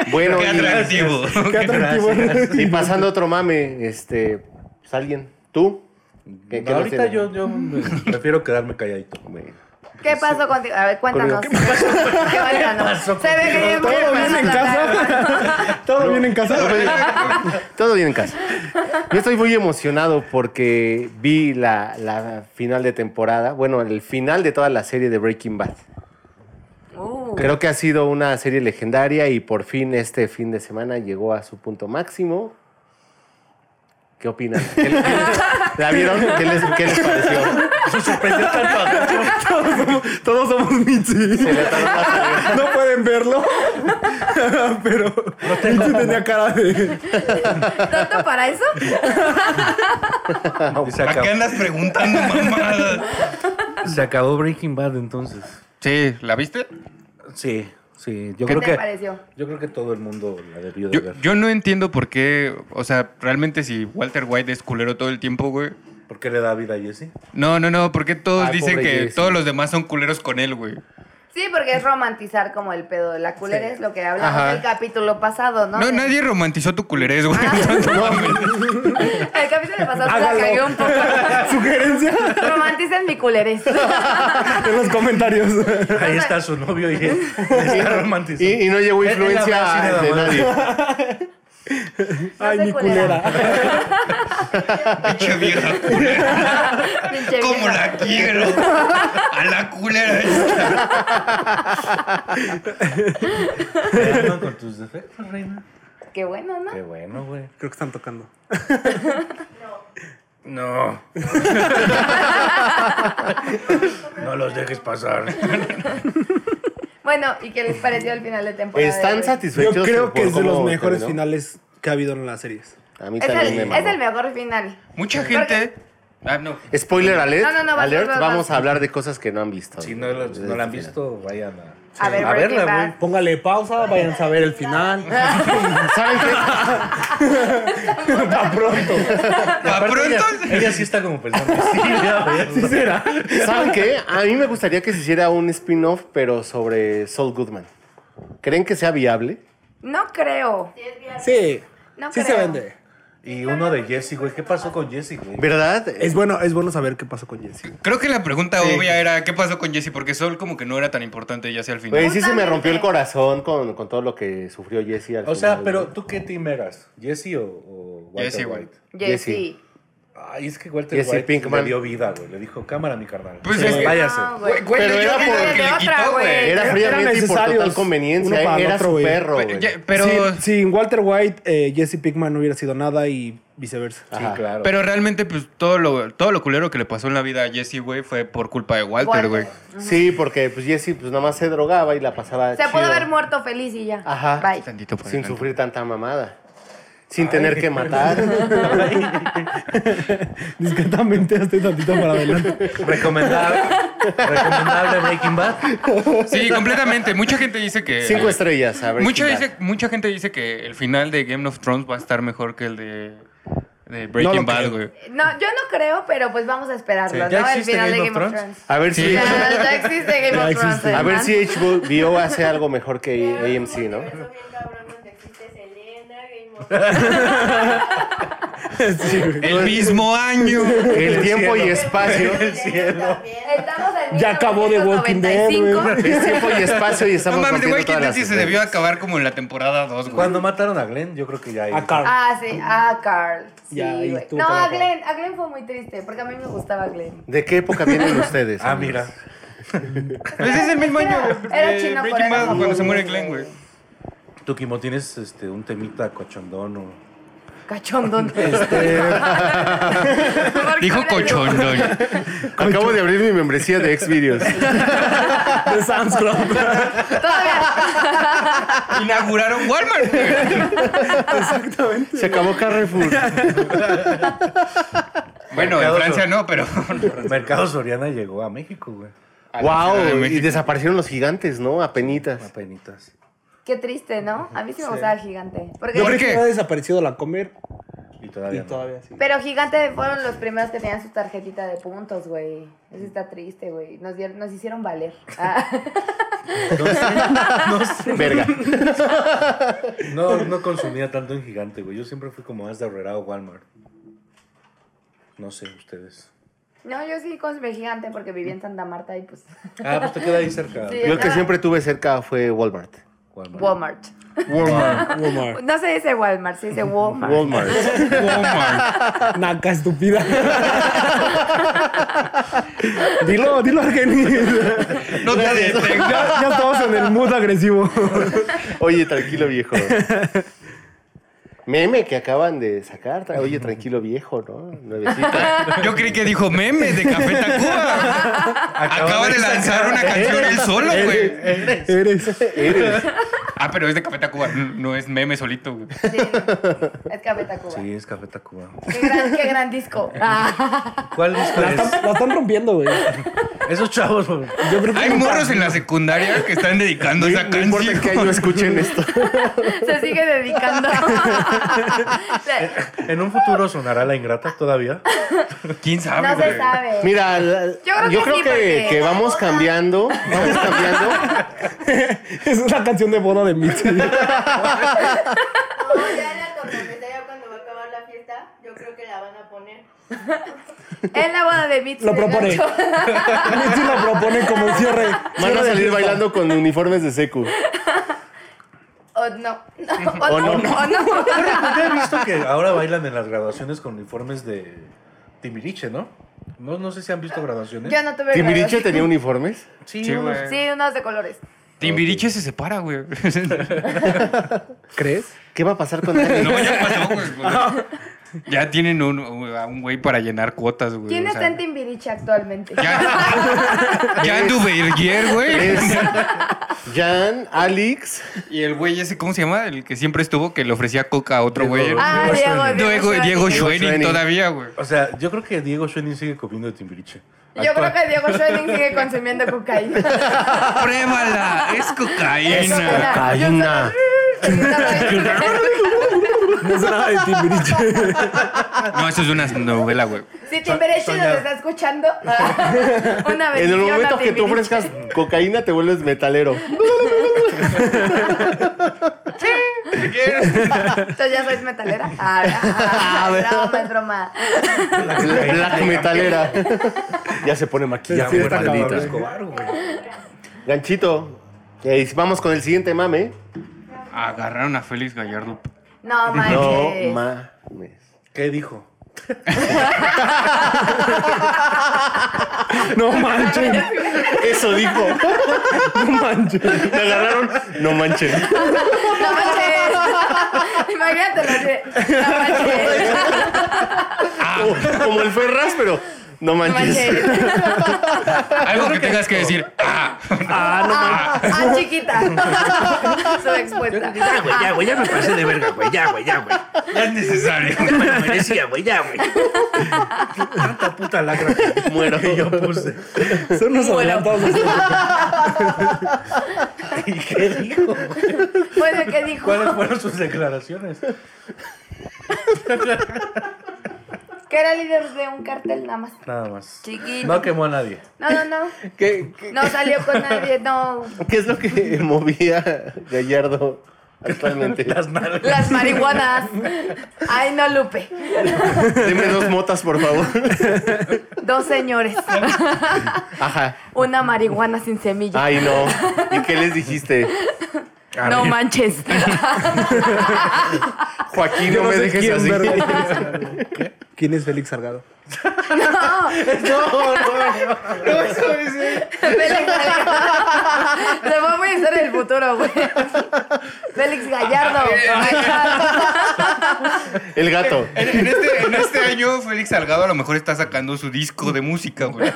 [SPEAKER 4] Bueno,
[SPEAKER 1] Qué
[SPEAKER 4] y,
[SPEAKER 1] atractivo.
[SPEAKER 3] Qué atractivo.
[SPEAKER 4] y pasando otro mame, este, pues alguien, tú. ¿Qué- qué
[SPEAKER 5] No,
[SPEAKER 4] nos
[SPEAKER 5] ahorita
[SPEAKER 4] tienes?
[SPEAKER 5] yo, yo me- prefiero quedarme calladito.
[SPEAKER 4] Bueno.
[SPEAKER 2] ¿Qué pasó contigo? A ver, cuéntanos. ¿Qué pasó?
[SPEAKER 5] pasó
[SPEAKER 2] Se ve que
[SPEAKER 3] Todo bien en casa. Todo bien en
[SPEAKER 4] Todo
[SPEAKER 3] casa.
[SPEAKER 4] bien- Todo bien en casa. Yo estoy muy emocionado porque vi la, la final de temporada, bueno, el final de toda la serie de Breaking Bad.
[SPEAKER 2] Uh,
[SPEAKER 4] Creo que ha sido una serie legendaria y por fin este fin de semana llegó a su punto máximo. ¿Qué opinan? ¿Qué les- qué les- ¿La vieron? ¿Qué les, qué les pareció?
[SPEAKER 3] Todos somos Mitzi. No pueden verlo. Pero Mitzi tenía cara de.
[SPEAKER 2] ¿Tanto para eso?
[SPEAKER 4] Ah,
[SPEAKER 5] Se
[SPEAKER 1] ¿A qué
[SPEAKER 5] acabó,
[SPEAKER 1] andas preguntando, mamada?
[SPEAKER 5] se acabó Breaking Bad entonces.
[SPEAKER 1] Sí, ¿la viste?
[SPEAKER 5] Sí, sí. Yo
[SPEAKER 2] ¿Qué
[SPEAKER 5] creo
[SPEAKER 2] te
[SPEAKER 5] que.
[SPEAKER 2] pareció?
[SPEAKER 5] Yo creo que todo el mundo la debió de
[SPEAKER 1] Yo,
[SPEAKER 5] ver.
[SPEAKER 1] yo no entiendo por qué, o sea, realmente si Walter White es culero todo el tiempo, güey.
[SPEAKER 5] ¿Por qué le da vida a Jesse?
[SPEAKER 1] No, no, no, porque todos
[SPEAKER 4] Ay,
[SPEAKER 1] dicen
[SPEAKER 4] pobre
[SPEAKER 1] que
[SPEAKER 4] Jesse.
[SPEAKER 1] todos los demás son culeros con él, güey.
[SPEAKER 2] Sí, porque es romantizar como el pedo de la culera, es lo que hablamos
[SPEAKER 4] Ajá.
[SPEAKER 2] el capítulo pasado, ¿no?
[SPEAKER 1] No,
[SPEAKER 2] De-
[SPEAKER 1] nadie romantizó tu culerez, güey.
[SPEAKER 2] El capítulo pasado se la
[SPEAKER 3] Hágalo.
[SPEAKER 2] cagué un poco.
[SPEAKER 3] Sugerencia
[SPEAKER 2] Romanticen mi culerez.
[SPEAKER 3] en los comentarios.
[SPEAKER 5] Ahí está su novio y él está romantizado.
[SPEAKER 4] Y, y no llegó
[SPEAKER 5] Él- él habla
[SPEAKER 4] influencia
[SPEAKER 5] así nada
[SPEAKER 4] de
[SPEAKER 5] más.
[SPEAKER 4] nadie.
[SPEAKER 3] Ay, mi culera.
[SPEAKER 1] Pinche vieja culera.
[SPEAKER 2] Pinche
[SPEAKER 1] ¿Cómo
[SPEAKER 2] vieja.
[SPEAKER 1] la quiero? A la culera esta.
[SPEAKER 5] ¿Te aman con tus defectos, reina?
[SPEAKER 2] Qué bueno, ¿no?
[SPEAKER 5] Qué bueno, güey.
[SPEAKER 3] Creo que están tocando.
[SPEAKER 5] No. no los dejes pasar.
[SPEAKER 2] Bueno, ¿y qué les pareció el final de temporada?
[SPEAKER 4] ¿Están
[SPEAKER 2] de hoy?
[SPEAKER 4] satisfechos?
[SPEAKER 3] Yo creo que
[SPEAKER 4] por
[SPEAKER 3] es de los
[SPEAKER 4] cómo
[SPEAKER 3] mejores
[SPEAKER 4] terminó?
[SPEAKER 3] finales que ha habido en las series.
[SPEAKER 4] A mí
[SPEAKER 2] es
[SPEAKER 4] también
[SPEAKER 2] el,
[SPEAKER 4] me
[SPEAKER 2] es
[SPEAKER 4] mamó.
[SPEAKER 2] el mejor final.
[SPEAKER 1] Mucha gente. Ah, no.
[SPEAKER 4] Spoiler alert.
[SPEAKER 2] No, no, no, vas,
[SPEAKER 4] alert.
[SPEAKER 2] vas, vas,
[SPEAKER 4] vamos
[SPEAKER 2] vas.
[SPEAKER 4] a hablar de cosas que no han visto.
[SPEAKER 5] Si no, lo- no la han visto, vayan a,
[SPEAKER 2] A ver, Breaking Bad.
[SPEAKER 3] Póngale pausa, vayan a ver el final.
[SPEAKER 4] ¿Saben qué?
[SPEAKER 3] Pa' pronto.
[SPEAKER 1] ¿A pronto?
[SPEAKER 5] Ella, ella sí está como pensando. Sí, ya, güey.
[SPEAKER 3] será?
[SPEAKER 4] ¿Saben qué? A mí me gustaría que se hiciera un spin-off, pero sobre Saul Goodman. ¿Creen que sea viable?
[SPEAKER 2] No creo.
[SPEAKER 3] Sí.
[SPEAKER 2] No
[SPEAKER 3] sí se
[SPEAKER 2] creo.
[SPEAKER 3] vende.
[SPEAKER 5] Y uno de Jesse, güey. ¿Qué pasó con Jesse, güey?
[SPEAKER 4] ¿Verdad?
[SPEAKER 3] Es bueno, es bueno saber qué pasó con Jesse.
[SPEAKER 1] Creo que la pregunta obvia era ¿qué pasó con Jesse? Porque Sol como que no era tan importante ya hacia el final.
[SPEAKER 4] Güey, sí se me
[SPEAKER 2] Justamente.
[SPEAKER 4] rompió el corazón con, con todo lo que sufrió Jesse al
[SPEAKER 5] O sea,
[SPEAKER 4] final,
[SPEAKER 5] pero
[SPEAKER 4] güey.
[SPEAKER 5] ¿tú qué team eras? ¿Jesse o, o Walter
[SPEAKER 1] Jesse, güey.
[SPEAKER 5] White?
[SPEAKER 2] Jesse.
[SPEAKER 5] Ay, es que Walter
[SPEAKER 4] Jesse
[SPEAKER 5] White
[SPEAKER 4] Pinkman.
[SPEAKER 5] le dio vida, güey. Le dijo, cámara, mi carnal.
[SPEAKER 1] Pues
[SPEAKER 5] Sí,
[SPEAKER 1] es que-
[SPEAKER 5] váyase.
[SPEAKER 2] No,
[SPEAKER 1] Güey, güey,
[SPEAKER 4] Pero
[SPEAKER 1] yo
[SPEAKER 4] era
[SPEAKER 1] creo que lo
[SPEAKER 4] por-
[SPEAKER 1] que le
[SPEAKER 2] Era
[SPEAKER 1] quitó,
[SPEAKER 2] otra, güey.
[SPEAKER 1] güey.
[SPEAKER 4] Era
[SPEAKER 3] eran
[SPEAKER 4] fríamente y por
[SPEAKER 3] necesarios,
[SPEAKER 4] total
[SPEAKER 3] uno
[SPEAKER 4] conveniencia.
[SPEAKER 3] para
[SPEAKER 4] eh,
[SPEAKER 3] el
[SPEAKER 4] Era
[SPEAKER 3] otro,
[SPEAKER 4] su
[SPEAKER 3] güey.
[SPEAKER 4] perro,
[SPEAKER 1] Güey,
[SPEAKER 4] güey.
[SPEAKER 1] ya- Pero,
[SPEAKER 3] Sin, sin Walter White, eh, Jesse Pickman no hubiera sido nada y viceversa.
[SPEAKER 5] Sí,
[SPEAKER 4] Ajá.
[SPEAKER 5] claro.
[SPEAKER 1] pero realmente, pues, todo lo, todo lo culero que le pasó en la vida a Jesse, güey, fue por culpa de Walter,
[SPEAKER 2] Walter.
[SPEAKER 1] güey.
[SPEAKER 4] Sí, porque pues Jesse pues nada más se drogaba y la pasaba
[SPEAKER 2] Se pudo
[SPEAKER 4] chido,
[SPEAKER 2] haber muerto feliz y ya.
[SPEAKER 4] Ajá.
[SPEAKER 2] Bye.
[SPEAKER 1] Tantito por
[SPEAKER 4] sin
[SPEAKER 1] adelante.
[SPEAKER 4] sufrir tanta mamada. Sin tener que matar.
[SPEAKER 3] Discretamente, hasta tantito para adelante.
[SPEAKER 5] Recomendable, recomendable Breaking Bad.
[SPEAKER 1] Sí, completamente. Mucha gente dice que...
[SPEAKER 4] Cinco estrellas, a ver.
[SPEAKER 1] Mucha,
[SPEAKER 4] si
[SPEAKER 1] dice-
[SPEAKER 4] va.
[SPEAKER 1] mucha gente dice que el final de Game of Thrones va a estar mejor que el de, de
[SPEAKER 3] No
[SPEAKER 1] Breaking
[SPEAKER 3] lo
[SPEAKER 1] Bad,
[SPEAKER 3] creo.
[SPEAKER 1] güey.
[SPEAKER 2] No, yo no creo, pero pues vamos a esperarlo,
[SPEAKER 5] Sí.
[SPEAKER 2] ¿no?
[SPEAKER 5] ¿Ya
[SPEAKER 2] El
[SPEAKER 5] existe
[SPEAKER 2] final de
[SPEAKER 5] Game
[SPEAKER 2] Game
[SPEAKER 5] of
[SPEAKER 2] of
[SPEAKER 5] Thrones?
[SPEAKER 2] Thrones.
[SPEAKER 4] A ver si.
[SPEAKER 1] Sí.
[SPEAKER 2] Ya, ya existe Game
[SPEAKER 3] Ya
[SPEAKER 2] of Thrones. ¿eh?
[SPEAKER 3] existe.
[SPEAKER 4] A ver
[SPEAKER 2] hermano.
[SPEAKER 4] si HBO hace algo mejor que AMC, ¿no?
[SPEAKER 3] Sí, güey.
[SPEAKER 1] El mismo año.
[SPEAKER 4] El tiempo y espacio.
[SPEAKER 2] Estamos en
[SPEAKER 3] Ya acabó de Walking Dead,
[SPEAKER 2] 1995.
[SPEAKER 4] Es tiempo y espacio y
[SPEAKER 1] No
[SPEAKER 4] estamos
[SPEAKER 1] mames, de
[SPEAKER 4] rompiendo
[SPEAKER 1] Walking
[SPEAKER 4] todas
[SPEAKER 1] Dead
[SPEAKER 4] las
[SPEAKER 1] sí se debió
[SPEAKER 4] estrellas.
[SPEAKER 1] acabar como en la temporada 2, güey.
[SPEAKER 5] Cuando mataron a Glenn, yo creo que ya ahí.
[SPEAKER 3] A Carl.
[SPEAKER 2] Ah, sí, ah, Carl. Sí,
[SPEAKER 3] Ya, ahí
[SPEAKER 2] güey.
[SPEAKER 3] estuvo
[SPEAKER 2] no, a
[SPEAKER 3] trabajando.
[SPEAKER 2] Glenn, a Glenn fue muy triste, porque a mí me gustaba Glenn.
[SPEAKER 4] ¿De qué época vienen ustedes?
[SPEAKER 5] Ah,
[SPEAKER 4] amigos?
[SPEAKER 5] mira.
[SPEAKER 1] Pues es el mismo año de-
[SPEAKER 2] Era
[SPEAKER 1] de
[SPEAKER 2] chino, pero
[SPEAKER 1] Breaking
[SPEAKER 2] era
[SPEAKER 1] Bad
[SPEAKER 2] japonés,
[SPEAKER 1] cuando se muere
[SPEAKER 2] güey.
[SPEAKER 1] Glenn, güey.
[SPEAKER 5] Tú, Kimo, tienes este, un temita cachondón o...
[SPEAKER 2] Cachondón.
[SPEAKER 1] Este, Dijo cochondón.
[SPEAKER 4] Acabo de abrir mi membresía de Xvideos.
[SPEAKER 3] De Sam's Club.
[SPEAKER 1] Inauguraron Walmart, güey.
[SPEAKER 4] Se acabó Carrefour.
[SPEAKER 1] Bueno, en
[SPEAKER 5] Mercado
[SPEAKER 1] Francia
[SPEAKER 5] Sor-
[SPEAKER 1] no, pero.
[SPEAKER 5] Mercado Soriana llegó a México, güey.
[SPEAKER 1] A la Ciudad de
[SPEAKER 4] wow, y
[SPEAKER 1] México.
[SPEAKER 4] desaparecieron los gigantes, ¿no? Apenitas.
[SPEAKER 5] Apenitas.
[SPEAKER 2] Qué triste, ¿no? A mí sí me gustaba Gigante. Porque,
[SPEAKER 3] Yo
[SPEAKER 1] ¿Por
[SPEAKER 3] creo
[SPEAKER 1] qué?
[SPEAKER 3] que ha desaparecido la comer
[SPEAKER 5] Y
[SPEAKER 3] y
[SPEAKER 5] todavía no.
[SPEAKER 3] todavía sí.
[SPEAKER 2] Pero Gigante fueron los primeros que tenían su tarjetita de puntos, güey. Eso está triste, güey. Nos, dieron- nos hicieron valer. Ah.
[SPEAKER 4] Verga.
[SPEAKER 5] No, no consumía tanto en gigante, güey. Yo siempre fui como más de Herrera o Walmart. No sé, ustedes.
[SPEAKER 2] No, yo sí consumí Gigante porque vivía en Santa Marta y pues
[SPEAKER 5] Ah, pues te queda ahí cerca.
[SPEAKER 2] Sí.
[SPEAKER 4] Yo el que siempre tuve cerca fue Walmart.
[SPEAKER 5] Walmart.
[SPEAKER 2] Walmart.
[SPEAKER 3] Walmart. Ah, Walmart.
[SPEAKER 2] No se dice Walmart, se dice Walmart.
[SPEAKER 4] Walmart.
[SPEAKER 1] Walmart.
[SPEAKER 3] Naca estúpida. dilo, dilo, Argenis.
[SPEAKER 1] No te detengas.
[SPEAKER 3] Ya, ya estamos en el mood agresivo.
[SPEAKER 4] Oye, tranquilo viejo. Meme que acaban de sacar. Tra- Oye, tranquilo viejo, ¿no? Nuevecita.
[SPEAKER 1] Yo creí que dijo meme de Café Tacuba. Acaba de lanzar una canción él solo,
[SPEAKER 4] Eh,
[SPEAKER 1] güey.
[SPEAKER 3] Eres.
[SPEAKER 4] Eres.
[SPEAKER 1] Ah, pero es de Café Tacuba. No es meme solito, güey.
[SPEAKER 2] Sí. Es Café Tacuba.
[SPEAKER 5] Sí, es Café Tacuba.
[SPEAKER 2] Qué, gran, qué gran disco. Ah.
[SPEAKER 5] ¿Cuál disco
[SPEAKER 3] La están, la están rompiendo, güey.
[SPEAKER 5] es? Esos chavos, güey.
[SPEAKER 3] Yo creo que
[SPEAKER 1] Hay morros en la secundaria que están dedicando esa
[SPEAKER 4] No importa que año
[SPEAKER 1] canción.
[SPEAKER 4] escuchen esto.
[SPEAKER 2] Se sigue dedicando.
[SPEAKER 5] ¿En un futuro sonará la ingrata todavía?
[SPEAKER 1] ¿Quién sabe,
[SPEAKER 2] No
[SPEAKER 1] güey?
[SPEAKER 2] se sabe.
[SPEAKER 4] Mira, la- yo creo,
[SPEAKER 2] Yo creo que sí,
[SPEAKER 4] que,
[SPEAKER 2] porque-
[SPEAKER 4] que vamos cambiando. Vamos cambiando.
[SPEAKER 3] es una canción de boda de Mitzi.
[SPEAKER 6] No, ya en la comprometida cuando va a acabar la fiesta, yo creo que la van a poner.
[SPEAKER 2] En la boda de Mitzi.
[SPEAKER 3] Lo propone.
[SPEAKER 2] del gancho.
[SPEAKER 3] Mitzi lo propone como un cierre.
[SPEAKER 4] Van a salir bailando con uniformes de secu.
[SPEAKER 2] O no. O no. O no.
[SPEAKER 5] Ya he visto que ahora bailan en las graduaciones con uniformes de Timbiriche, ¿no? No, no sé si han visto graduaciones.
[SPEAKER 2] Yo no tuve
[SPEAKER 4] ¿Timbiriche
[SPEAKER 2] graduación.
[SPEAKER 4] tenía uniformes?
[SPEAKER 5] Sí,
[SPEAKER 1] Sí,
[SPEAKER 5] unos-
[SPEAKER 1] güey.
[SPEAKER 2] Sí, unos de colores.
[SPEAKER 1] Timbiriche se separa, güey.
[SPEAKER 3] ¿Crees?
[SPEAKER 4] ¿Qué va a pasar con él?
[SPEAKER 1] No, ya pasó, güey. Ya tienen un, a un güey para llenar cuotas, güey.
[SPEAKER 2] ¿Quién
[SPEAKER 1] o
[SPEAKER 2] está
[SPEAKER 1] sea.
[SPEAKER 2] en Timbiriche actualmente?
[SPEAKER 1] Ya, ya anduve Bergier, güey.
[SPEAKER 4] Es Jan, Alex.
[SPEAKER 1] Y el güey ese, ¿cómo se llama? El que siempre estuvo, que le ofrecía coca a otro güey.
[SPEAKER 2] Ah, Diego.
[SPEAKER 1] Diego,
[SPEAKER 2] Schwenning.
[SPEAKER 1] Diego
[SPEAKER 4] Diego
[SPEAKER 1] Schwenning
[SPEAKER 4] Schwenning.
[SPEAKER 1] todavía, güey.
[SPEAKER 5] O sea, yo creo que Diego Schwenning sigue comiendo de Timbiriche.
[SPEAKER 2] Yo creo
[SPEAKER 5] Actua-
[SPEAKER 2] que Diego Schwenning sigue consumiendo cocaína.
[SPEAKER 1] ¡Pruébala! ¡Es cocaína!
[SPEAKER 4] Caína.
[SPEAKER 3] No es nada de Timbiriche.
[SPEAKER 1] No, eso es una novela, güey.
[SPEAKER 2] Si Timbiriche nos
[SPEAKER 5] Soñado.
[SPEAKER 2] está escuchando, ah, una vez.
[SPEAKER 4] En el momento que tú ofrezcas cocaína, te vuelves metalero.
[SPEAKER 1] si quieres.
[SPEAKER 2] Entonces ya sois metalera. Ah, ah, broma, es broma.
[SPEAKER 4] La Black metalera.
[SPEAKER 7] Ya se pone maquillaje,
[SPEAKER 3] Sí, está
[SPEAKER 7] maldita.
[SPEAKER 3] cabrón.
[SPEAKER 5] Escobar, güey.
[SPEAKER 4] Ganchito. Eh, vamos con el siguiente mame.
[SPEAKER 1] Agarraron a Félix Gallardo.
[SPEAKER 2] No manches.
[SPEAKER 4] No mames.
[SPEAKER 5] ¿Qué dijo?
[SPEAKER 3] No manches,
[SPEAKER 4] Eso dijo.
[SPEAKER 3] no manches.
[SPEAKER 4] Te agarraron. No manchen.
[SPEAKER 2] No manches. Imagínate lo que. No manches.
[SPEAKER 7] Ah.
[SPEAKER 4] Como, como el Ferraz, pero no
[SPEAKER 2] No
[SPEAKER 4] manches.
[SPEAKER 2] manches.
[SPEAKER 1] Algo que tengas que decir. Ah,
[SPEAKER 2] Ah, ah, chiquita. Su expuesta.
[SPEAKER 7] Ya, güey, ya, güey, ya me pasé de verga, güey. Ya, güey, ya, güey.
[SPEAKER 1] no es necesario.
[SPEAKER 7] Ya me lo merecía, güey, ya, güey.
[SPEAKER 5] Tanta puta lacra que
[SPEAKER 4] Muero.
[SPEAKER 5] que yo puse.
[SPEAKER 3] Son unos adelantados.
[SPEAKER 5] ¿Y qué dijo?
[SPEAKER 2] Bueno, ¿qué Pues dijo?
[SPEAKER 5] ¿Cuáles fueron sus declaraciones?
[SPEAKER 2] Que era líder de un cartel nada más.
[SPEAKER 5] Nada más.
[SPEAKER 2] Chiquito.
[SPEAKER 5] No quemó a nadie.
[SPEAKER 2] No, no, no.
[SPEAKER 4] ¿Qué, qué,
[SPEAKER 2] No salió con nadie, no.
[SPEAKER 4] qué es lo que movía Gallardo actualmente?
[SPEAKER 5] Las nalgas.
[SPEAKER 2] Las marihuanas. Ay, no, Lupe.
[SPEAKER 4] Dime dos motas, por favor.
[SPEAKER 2] Dos señores.
[SPEAKER 4] Ajá.
[SPEAKER 2] Una marihuana sin semilla.
[SPEAKER 4] Ay, no. ¿Y qué les dijiste?
[SPEAKER 2] no manches.
[SPEAKER 4] Joaquín, no,
[SPEAKER 3] Yo no
[SPEAKER 4] me
[SPEAKER 3] sé
[SPEAKER 4] dejes
[SPEAKER 3] quién,
[SPEAKER 4] así.
[SPEAKER 3] verga. ¿Quién es Félix Salgado?
[SPEAKER 2] No.
[SPEAKER 4] No, no, no.
[SPEAKER 2] Félix Gallardo. Te voy a estar en el futuro, güey. Félix Gallardo.
[SPEAKER 4] El gato.
[SPEAKER 1] En, en este, en este año, Félix Salgado a lo mejor está sacando su disco de música, güey.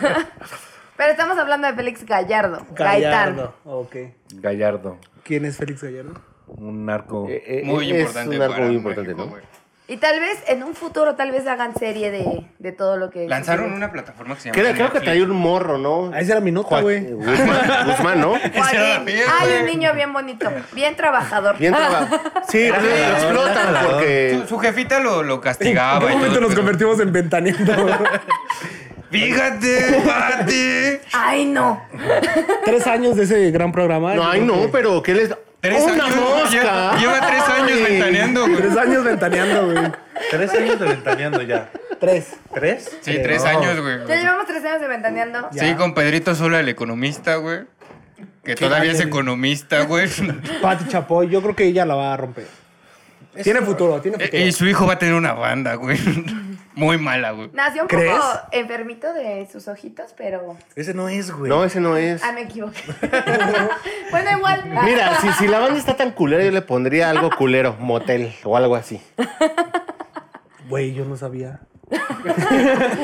[SPEAKER 2] Pero estamos hablando de Félix Gallardo. Gaitán.
[SPEAKER 3] Gallardo. Ok.
[SPEAKER 5] Gallardo,
[SPEAKER 3] ¿Quién es Félix Gallardo?
[SPEAKER 5] un narco.
[SPEAKER 4] Eh, eh,
[SPEAKER 1] Muy importante.
[SPEAKER 4] Es un arco
[SPEAKER 1] para
[SPEAKER 4] muy importante,
[SPEAKER 1] México,
[SPEAKER 4] ¿no?
[SPEAKER 1] güey.
[SPEAKER 2] Y tal vez en un futuro, tal vez hagan serie de, de todo lo que.
[SPEAKER 1] Lanzaron una plataforma que se llama.
[SPEAKER 4] Creo, creo que
[SPEAKER 1] Netflix.
[SPEAKER 4] traía un morro, ¿no?
[SPEAKER 3] Ah, esa era mi nota,
[SPEAKER 4] Joa-
[SPEAKER 3] güey.
[SPEAKER 4] Guzmán, Guzmán, ¿no?
[SPEAKER 2] Joaquín.
[SPEAKER 1] Esa era mía,
[SPEAKER 2] Ay,
[SPEAKER 1] güey.
[SPEAKER 2] un niño bien bonito. Bien trabajador.
[SPEAKER 4] Bien trabajado. Sí, pues, lo explotan porque.
[SPEAKER 1] Su, su jefita lo, lo castigaba.
[SPEAKER 3] ¿En qué
[SPEAKER 1] y
[SPEAKER 3] momento
[SPEAKER 1] todo,
[SPEAKER 3] nos
[SPEAKER 1] pero-
[SPEAKER 3] convertimos en ventaneando?
[SPEAKER 1] Fíjate, pate.
[SPEAKER 2] Ay, no.
[SPEAKER 3] Tres años de ese gran programa.
[SPEAKER 4] No, ay, no, pero ¿qué les.
[SPEAKER 1] Tres
[SPEAKER 4] ¡Una
[SPEAKER 1] años.
[SPEAKER 4] mosca!
[SPEAKER 1] Lleva, lleva tres años
[SPEAKER 4] Ay.
[SPEAKER 1] ventaneando, güey.
[SPEAKER 3] Tres años ventaneando, güey.
[SPEAKER 5] Tres años de ventaneando ya.
[SPEAKER 3] Tres.
[SPEAKER 5] ¿Tres?
[SPEAKER 1] Sí, tres
[SPEAKER 5] No.
[SPEAKER 1] años, güey.
[SPEAKER 2] Ya llevamos tres años de ventaneando.
[SPEAKER 1] Sí, con Pedrito Sola, el economista, güey. Que todavía es
[SPEAKER 3] grande.
[SPEAKER 1] economista, güey.
[SPEAKER 3] Pati Chapoy, yo creo que ella la va a romper. Tiene futuro, tiene
[SPEAKER 1] E-
[SPEAKER 3] futuro.
[SPEAKER 1] y su hijo va a tener una banda, güey. Muy mala, güey.
[SPEAKER 2] Nació un
[SPEAKER 3] ¿Crees?
[SPEAKER 2] poco enfermito de sus ojitos, pero.
[SPEAKER 5] Ese no es, güey.
[SPEAKER 4] No, ese no es.
[SPEAKER 2] Ah, me equivoqué. bueno, igual.
[SPEAKER 4] Mira, si, si la banda está tan culera, yo le pondría algo culero, motel o algo así.
[SPEAKER 3] Güey, yo no sabía.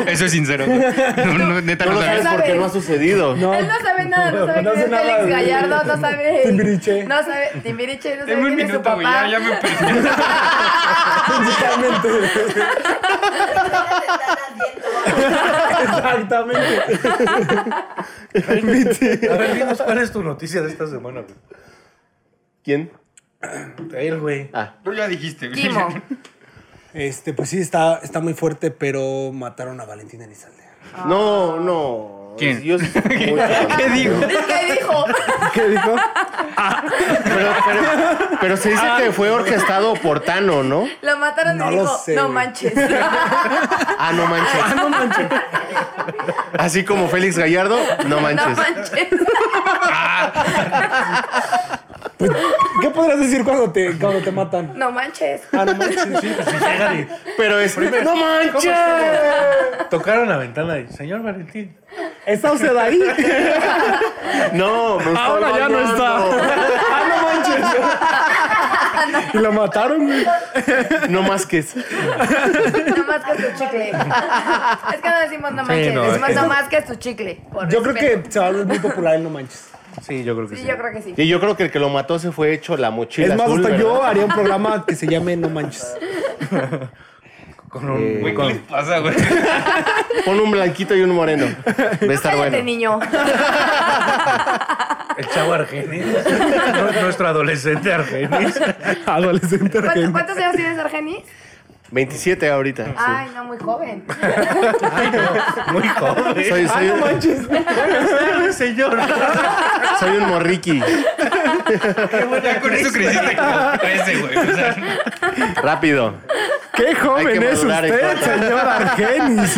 [SPEAKER 1] Eso es sincero. güey. No, no, neta,
[SPEAKER 4] No
[SPEAKER 1] no
[SPEAKER 4] lo
[SPEAKER 1] sabes.
[SPEAKER 4] sabes
[SPEAKER 2] sabe.
[SPEAKER 4] porque no ha sucedido.
[SPEAKER 3] No,
[SPEAKER 2] Él no sabe nada, no sabe
[SPEAKER 3] No
[SPEAKER 2] quién
[SPEAKER 3] sé
[SPEAKER 2] es
[SPEAKER 3] nada
[SPEAKER 2] Félix
[SPEAKER 3] de-
[SPEAKER 2] Gallardo, no sabe.
[SPEAKER 3] Timbiriche.
[SPEAKER 2] No sabe. Timbiriche, no sabe
[SPEAKER 1] Deme un
[SPEAKER 2] quién es su
[SPEAKER 1] minuto, güey. Ya,
[SPEAKER 2] papá.
[SPEAKER 1] ya me perdí.
[SPEAKER 3] principalmente. Exactamente.
[SPEAKER 5] A ver, dinos cuál es tu noticia de esta semana, güey.
[SPEAKER 4] ¿Quién?
[SPEAKER 5] Él, güey.
[SPEAKER 4] Ah,
[SPEAKER 1] Tú ya dijiste, güey.
[SPEAKER 2] Kimo.
[SPEAKER 3] Este, pues sí, está, está muy fuerte, pero mataron a Valentina Elizalde.
[SPEAKER 4] no, no.
[SPEAKER 1] ¿Quién?
[SPEAKER 4] Yo sí- pero,
[SPEAKER 1] ¿Qué digo?
[SPEAKER 2] ¿Qué dijo?
[SPEAKER 3] ¿Qué dijo?
[SPEAKER 4] pero- pero se dice que fue orquestado por Tano, ¿no?
[SPEAKER 2] Lo mataron
[SPEAKER 3] No
[SPEAKER 2] y
[SPEAKER 3] lo
[SPEAKER 2] dijo,
[SPEAKER 3] sé,
[SPEAKER 2] no
[SPEAKER 3] güey".
[SPEAKER 2] manches.
[SPEAKER 4] Ah, no manches. Así como Félix Gallardo, no
[SPEAKER 2] No
[SPEAKER 4] manches.
[SPEAKER 2] manches.
[SPEAKER 3] Pues, ¿Qué podrás decir cuando te, cuando te matan?
[SPEAKER 2] No manches.
[SPEAKER 3] Ah, no manches.
[SPEAKER 5] Sí, pues si llega y
[SPEAKER 4] Pero es. ¡No manches!
[SPEAKER 5] tocaron la ventana y, señor Valentín.
[SPEAKER 3] ¿Está usted ahí?
[SPEAKER 4] No, me estoy
[SPEAKER 3] Ahora Ah, ya no
[SPEAKER 4] bañando.
[SPEAKER 3] está. Ah, no manches. Y la mataron, güey.
[SPEAKER 4] No más que es.
[SPEAKER 2] No más que su chicle. Es que no decimos no manches,
[SPEAKER 5] no,
[SPEAKER 2] decimos
[SPEAKER 5] es-
[SPEAKER 2] no más que su chicle. por
[SPEAKER 3] Yo creo
[SPEAKER 2] respeto.
[SPEAKER 3] que se va a volver muy popular el No Manches.
[SPEAKER 5] Sí, yo creo que sí.
[SPEAKER 2] Sí, yo creo que sí.
[SPEAKER 4] Y yo creo que el que lo mató se fue hecho la mochila.
[SPEAKER 3] Es más,
[SPEAKER 4] azul,
[SPEAKER 3] hasta
[SPEAKER 4] ¿verdad?
[SPEAKER 3] yo haría un programa que se llame No Manches. Eh.
[SPEAKER 5] Con un,
[SPEAKER 1] Güey, ¿qué
[SPEAKER 5] con-
[SPEAKER 1] les pasa, güey?
[SPEAKER 4] Pon un blanquito y un moreno. Va a estar
[SPEAKER 2] Cállate,
[SPEAKER 4] bueno.
[SPEAKER 2] niño.
[SPEAKER 5] el chavo Argenis. Nuestro adolescente Argenis.
[SPEAKER 3] Adolescente
[SPEAKER 2] ¿Cuántos,
[SPEAKER 3] argentino.
[SPEAKER 2] cuántos años tienes, Argenis?
[SPEAKER 4] 27 ahorita.
[SPEAKER 2] Ay, no, muy joven.
[SPEAKER 5] Muy
[SPEAKER 4] sí.
[SPEAKER 5] joven.
[SPEAKER 4] Soy, soy,
[SPEAKER 5] señor.
[SPEAKER 4] soy un morriqui.
[SPEAKER 1] Ya con eso creciste como 13, güey. O sea,
[SPEAKER 4] Rápido.
[SPEAKER 3] ¡Qué joven es
[SPEAKER 4] madurar en
[SPEAKER 3] usted,
[SPEAKER 4] cuatro.
[SPEAKER 3] señor Argenis!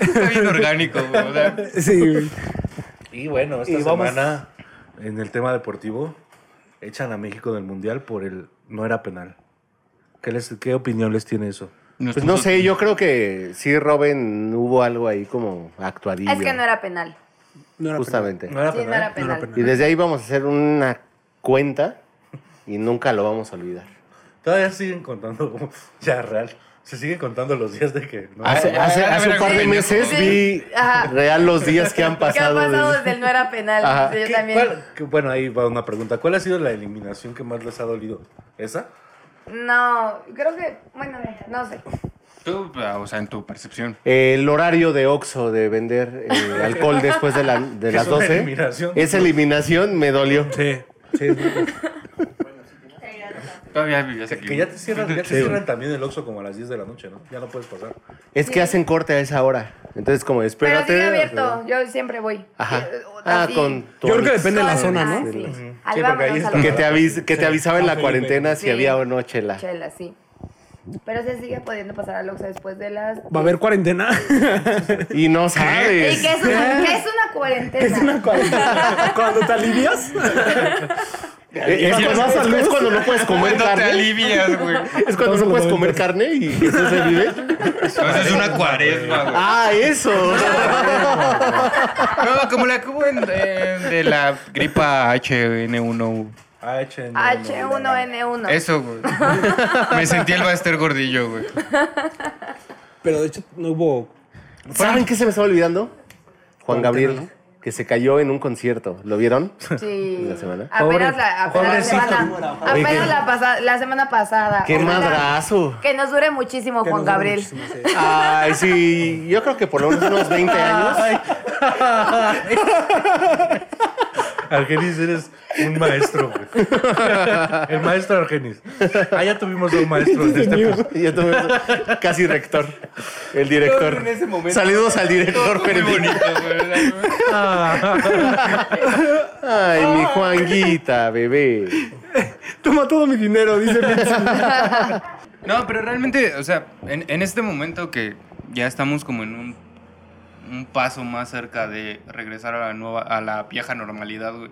[SPEAKER 1] está bien orgánico, güey. O sea,
[SPEAKER 3] sí, güey.
[SPEAKER 5] Y bueno, esta
[SPEAKER 3] Y vamos-
[SPEAKER 5] semana, en el tema deportivo, echan a México del Mundial por el no era penal. ¿Qué, les, qué opinión les tiene eso?
[SPEAKER 1] nos
[SPEAKER 4] Pues no
[SPEAKER 1] puso-
[SPEAKER 4] sé, yo creo que sí, Robin, hubo algo ahí como actuadillo.
[SPEAKER 2] Es que no era penal.
[SPEAKER 3] No era
[SPEAKER 4] Justamente.
[SPEAKER 5] era
[SPEAKER 2] Sí, no era penal.
[SPEAKER 4] Y desde ahí vamos a hacer una cuenta y nunca lo vamos a olvidar.
[SPEAKER 5] Todavía siguen contando, como- ya real, se siguen contando los días de que
[SPEAKER 3] Ah,
[SPEAKER 5] no.
[SPEAKER 4] Hace, hace- hace un par de meses vi
[SPEAKER 2] Sí, ajá.
[SPEAKER 4] real los días que han
[SPEAKER 2] ¿Qué ha
[SPEAKER 4] pasado.
[SPEAKER 2] pasado
[SPEAKER 4] desde-
[SPEAKER 2] desde el no era penal?
[SPEAKER 4] Ajá.
[SPEAKER 2] Sí,
[SPEAKER 5] ¿Qué-
[SPEAKER 2] Yo también.
[SPEAKER 5] cuál- que- bueno, ahí va una pregunta. ¿Cuál ha sido la eliminación que más les ha dolido? ¿Esa?
[SPEAKER 2] No, creo que, bueno, no sé.
[SPEAKER 1] Tú, o sea, en tu percepción.
[SPEAKER 4] Eh, El horario de Oxxo de vender eh, alcohol después de, la- de
[SPEAKER 5] Es
[SPEAKER 4] las
[SPEAKER 5] una
[SPEAKER 4] 12.
[SPEAKER 5] eliminación.
[SPEAKER 4] Esa eliminación me dolió.
[SPEAKER 3] Sí.
[SPEAKER 1] Todavía vivías aquí.
[SPEAKER 5] Que ya te cierran, ya te
[SPEAKER 4] güey.
[SPEAKER 5] cierran también el Oxxo como a las 10 de la noche, ¿no? Ya no puedes pasar.
[SPEAKER 4] Es que hacen corte a esa hora. Entonces, como,
[SPEAKER 2] Pero
[SPEAKER 4] espérate.
[SPEAKER 2] sigue abierto. Yo siempre voy.
[SPEAKER 4] Ajá.
[SPEAKER 2] Eh, o-
[SPEAKER 4] Ah,
[SPEAKER 2] así.
[SPEAKER 4] con tu
[SPEAKER 3] Yo creo que
[SPEAKER 4] Alex.
[SPEAKER 3] depende de la
[SPEAKER 2] Con-
[SPEAKER 3] zona,
[SPEAKER 2] ah, sí.
[SPEAKER 3] ¿no?
[SPEAKER 5] Sí,
[SPEAKER 2] Ahí
[SPEAKER 5] porque ahí
[SPEAKER 2] vámonos
[SPEAKER 5] está.
[SPEAKER 2] al
[SPEAKER 4] Que te, avis- que te avisaban la
[SPEAKER 5] Sí.
[SPEAKER 4] cuarentena si
[SPEAKER 2] Sí.
[SPEAKER 4] había o no chela.
[SPEAKER 2] Chela, sí. Pero se sigue pudiendo pasar al Oxxo después de las...
[SPEAKER 3] ¿Va a haber cuarentena?
[SPEAKER 4] Y no
[SPEAKER 2] ¿Y
[SPEAKER 4] sabes.
[SPEAKER 2] qué es una, qué es una cuarentena?
[SPEAKER 3] es una cuarentena. Cuando te alivias,
[SPEAKER 4] Eh, Es,
[SPEAKER 3] Y
[SPEAKER 4] cuando-
[SPEAKER 3] vas a
[SPEAKER 4] es
[SPEAKER 3] luz.
[SPEAKER 4] cuando no puedes comer
[SPEAKER 1] Cuando te
[SPEAKER 4] carne.
[SPEAKER 1] alivias, güey.
[SPEAKER 4] Es cuando no puedes comer carne y Jesús se vive.
[SPEAKER 1] No, eso es una cuaresma, güey.
[SPEAKER 4] Ah, eso.
[SPEAKER 1] No, como la que hubo en- en- de la gripa HN1.
[SPEAKER 5] H1N1.
[SPEAKER 2] H1N1.
[SPEAKER 1] Eso, güey. Me sentí el Baster gordillo, güey.
[SPEAKER 3] pero de hecho no hubo.
[SPEAKER 4] ¿Saben qué se me estaba olvidando? Juan Gabriel, que se cayó en un concierto. ¿Lo vieron?
[SPEAKER 2] Sí.
[SPEAKER 4] ¿La semana?
[SPEAKER 2] Apenas la, apenas la
[SPEAKER 5] Pobrecito.
[SPEAKER 2] semana,
[SPEAKER 4] Oye,
[SPEAKER 2] apenas
[SPEAKER 4] que-
[SPEAKER 2] la, pasa- la semana pasada.
[SPEAKER 4] ¡Qué
[SPEAKER 2] Ojalá
[SPEAKER 4] madrazo!
[SPEAKER 2] Que nos dure muchísimo,
[SPEAKER 3] que
[SPEAKER 2] Juan
[SPEAKER 3] nos daba
[SPEAKER 2] Gabriel.
[SPEAKER 3] muchísimo, sí.
[SPEAKER 4] Ay, sí, yo creo que por lo menos unos 20 años.
[SPEAKER 5] Argenis, eres un maestro, güey. El maestro Argenis. Ah, ya tuvimos dos maestros de este episodio.
[SPEAKER 4] Y yo tuve casi rector, el director.
[SPEAKER 1] En ese momento.
[SPEAKER 4] Saludos al director
[SPEAKER 1] Muy
[SPEAKER 4] Peregrino.
[SPEAKER 1] bonito, güey.
[SPEAKER 4] Ay, mi Juanguita, bebé.
[SPEAKER 3] Toma todo mi dinero, dice Vince.
[SPEAKER 1] No, pero realmente, o sea, en, en este momento que ya estamos como en un, un paso más cerca de regresar a la nueva, a la vieja normalidad, güey.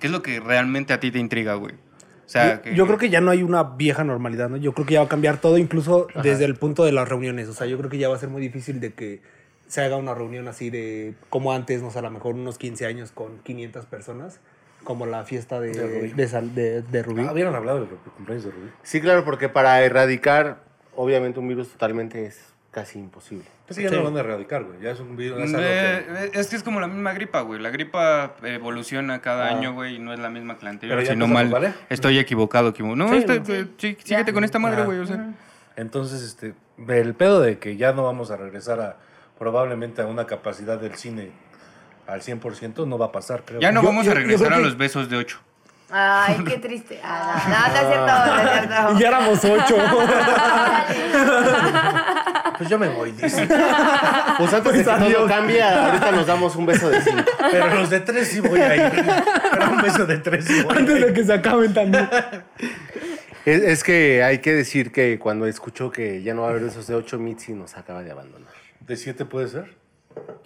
[SPEAKER 1] ¿Qué es lo que realmente a ti te intriga, güey? O sea,
[SPEAKER 3] Yo, yo creo que ya no hay una vieja normalidad, ¿no? Yo creo que ya va a cambiar todo, incluso desde el punto de las reuniones. O sea, yo creo que ya va a ser muy difícil de que se haga una reunión así de como antes, no sé, a lo mejor unos 15 años con 500 personas, como la fiesta de, de,
[SPEAKER 5] Rubí.
[SPEAKER 3] San- de- de Rubí.
[SPEAKER 4] Ah,
[SPEAKER 5] Habían hablado del cumpleaños de Rubí.
[SPEAKER 4] Sí, claro, porque para erradicar, obviamente, un virus totalmente es casi imposible.
[SPEAKER 5] Es que ya no lo van a erradicar, güey. Ya es un video. Es algo
[SPEAKER 1] Eh,
[SPEAKER 5] que-
[SPEAKER 1] eh, es que es como la misma gripa, güey. La gripa evoluciona cada año, güey, y no es la misma que la anterior.
[SPEAKER 5] Pero ya
[SPEAKER 1] Si no mal,
[SPEAKER 5] empezamos, ¿vale?
[SPEAKER 1] estoy equivocado, equivo- No,
[SPEAKER 4] Sí,
[SPEAKER 1] este,
[SPEAKER 4] sí.
[SPEAKER 1] eh, sí, síguete con esta madre, güey. O sea,
[SPEAKER 5] Entonces, este, el pedo de que ya no vamos a regresar a probablemente a una capacidad del cine al 100% no va a pasar, creo.
[SPEAKER 1] ya no
[SPEAKER 3] Yo-
[SPEAKER 1] vamos
[SPEAKER 3] yo-
[SPEAKER 1] a
[SPEAKER 3] yo
[SPEAKER 1] regresar
[SPEAKER 3] creo
[SPEAKER 1] a
[SPEAKER 3] que-
[SPEAKER 1] los besos de ocho.
[SPEAKER 2] Ay, qué triste. Ah, no, no, no es cierto, no es cierto.
[SPEAKER 3] Y ya éramos ocho.
[SPEAKER 5] Pues yo me voy, dice.
[SPEAKER 4] Pues antes de que todo cambie, ahorita nos damos un beso de cinco.
[SPEAKER 5] Pero los de tres sí voy a ir. Pero un beso de tres sí voy a
[SPEAKER 3] antes de
[SPEAKER 5] ir.
[SPEAKER 3] que se acaben también.
[SPEAKER 4] Es, es que hay que decir que cuando escuchó que ya no va a haber esos de 8 Mitzi nos acaba de abandonar.
[SPEAKER 5] ¿De siete puede ser?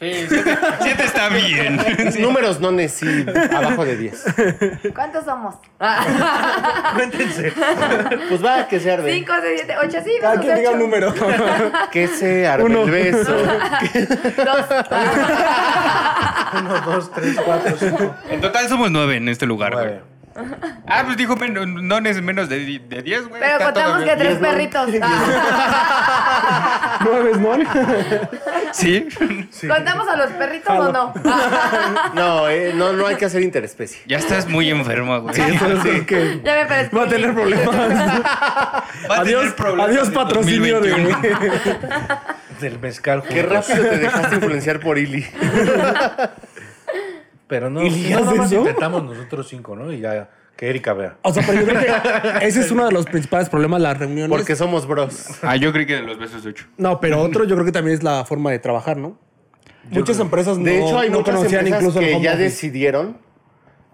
[SPEAKER 1] Sí, siete, siete está bien.
[SPEAKER 4] Números no sí, abajo de 10.
[SPEAKER 2] ¿Cuántos somos?
[SPEAKER 5] Cuéntense.
[SPEAKER 4] Pues va, que se arde.
[SPEAKER 2] 5, 6, 7, 8, sí,
[SPEAKER 3] Cada
[SPEAKER 2] vamos
[SPEAKER 3] quien diga un número.
[SPEAKER 4] Que se arde
[SPEAKER 3] Uno.
[SPEAKER 4] el beso.
[SPEAKER 5] Uno, dos, tres, cuatro, cinco.
[SPEAKER 1] En total somos nueve en este lugar, güey.
[SPEAKER 5] Nueve.
[SPEAKER 1] Ah, pues dijo, men- no es menos de, di- de diez, güey.
[SPEAKER 2] Pero
[SPEAKER 1] está todo
[SPEAKER 2] contamos que
[SPEAKER 1] bien.
[SPEAKER 2] tres perritos. Ah,
[SPEAKER 3] Nueve, ¿no?
[SPEAKER 1] Sí.
[SPEAKER 2] ¿Contamos a los perritos o no?
[SPEAKER 3] Ah.
[SPEAKER 4] No, eh, no, no hay que hacer interespecie.
[SPEAKER 1] Ya estás muy enferma, güey.
[SPEAKER 3] Entonces, que
[SPEAKER 2] Ya me parece.
[SPEAKER 3] va a tener problemas.
[SPEAKER 1] Va a tener
[SPEAKER 3] adiós,
[SPEAKER 1] problemas
[SPEAKER 3] adiós
[SPEAKER 1] en
[SPEAKER 3] patrocinio
[SPEAKER 1] 2021.
[SPEAKER 3] de...
[SPEAKER 5] Del mezcal juntos.
[SPEAKER 4] Qué rápido te dejaste influenciar por Ili.
[SPEAKER 5] Pero no,
[SPEAKER 3] ¿Y le
[SPEAKER 5] no
[SPEAKER 3] haces
[SPEAKER 5] nomás
[SPEAKER 3] eso?
[SPEAKER 5] intentamos nosotros cinco, ¿no? Y ya que Erika vea.
[SPEAKER 3] O sea, pero yo creo que ese es uno de los principales problemas, las reuniones.
[SPEAKER 4] Porque somos bros.
[SPEAKER 1] Ah, yo creí que de los besos de ocho.
[SPEAKER 3] No, pero otro yo creo que también es la forma de trabajar, ¿no? muchas empresas no,
[SPEAKER 4] De hecho, hay
[SPEAKER 3] no
[SPEAKER 4] muchas
[SPEAKER 3] conocían
[SPEAKER 4] empresas
[SPEAKER 3] incluso el
[SPEAKER 4] que
[SPEAKER 3] home
[SPEAKER 4] ya
[SPEAKER 3] office.
[SPEAKER 4] decidieron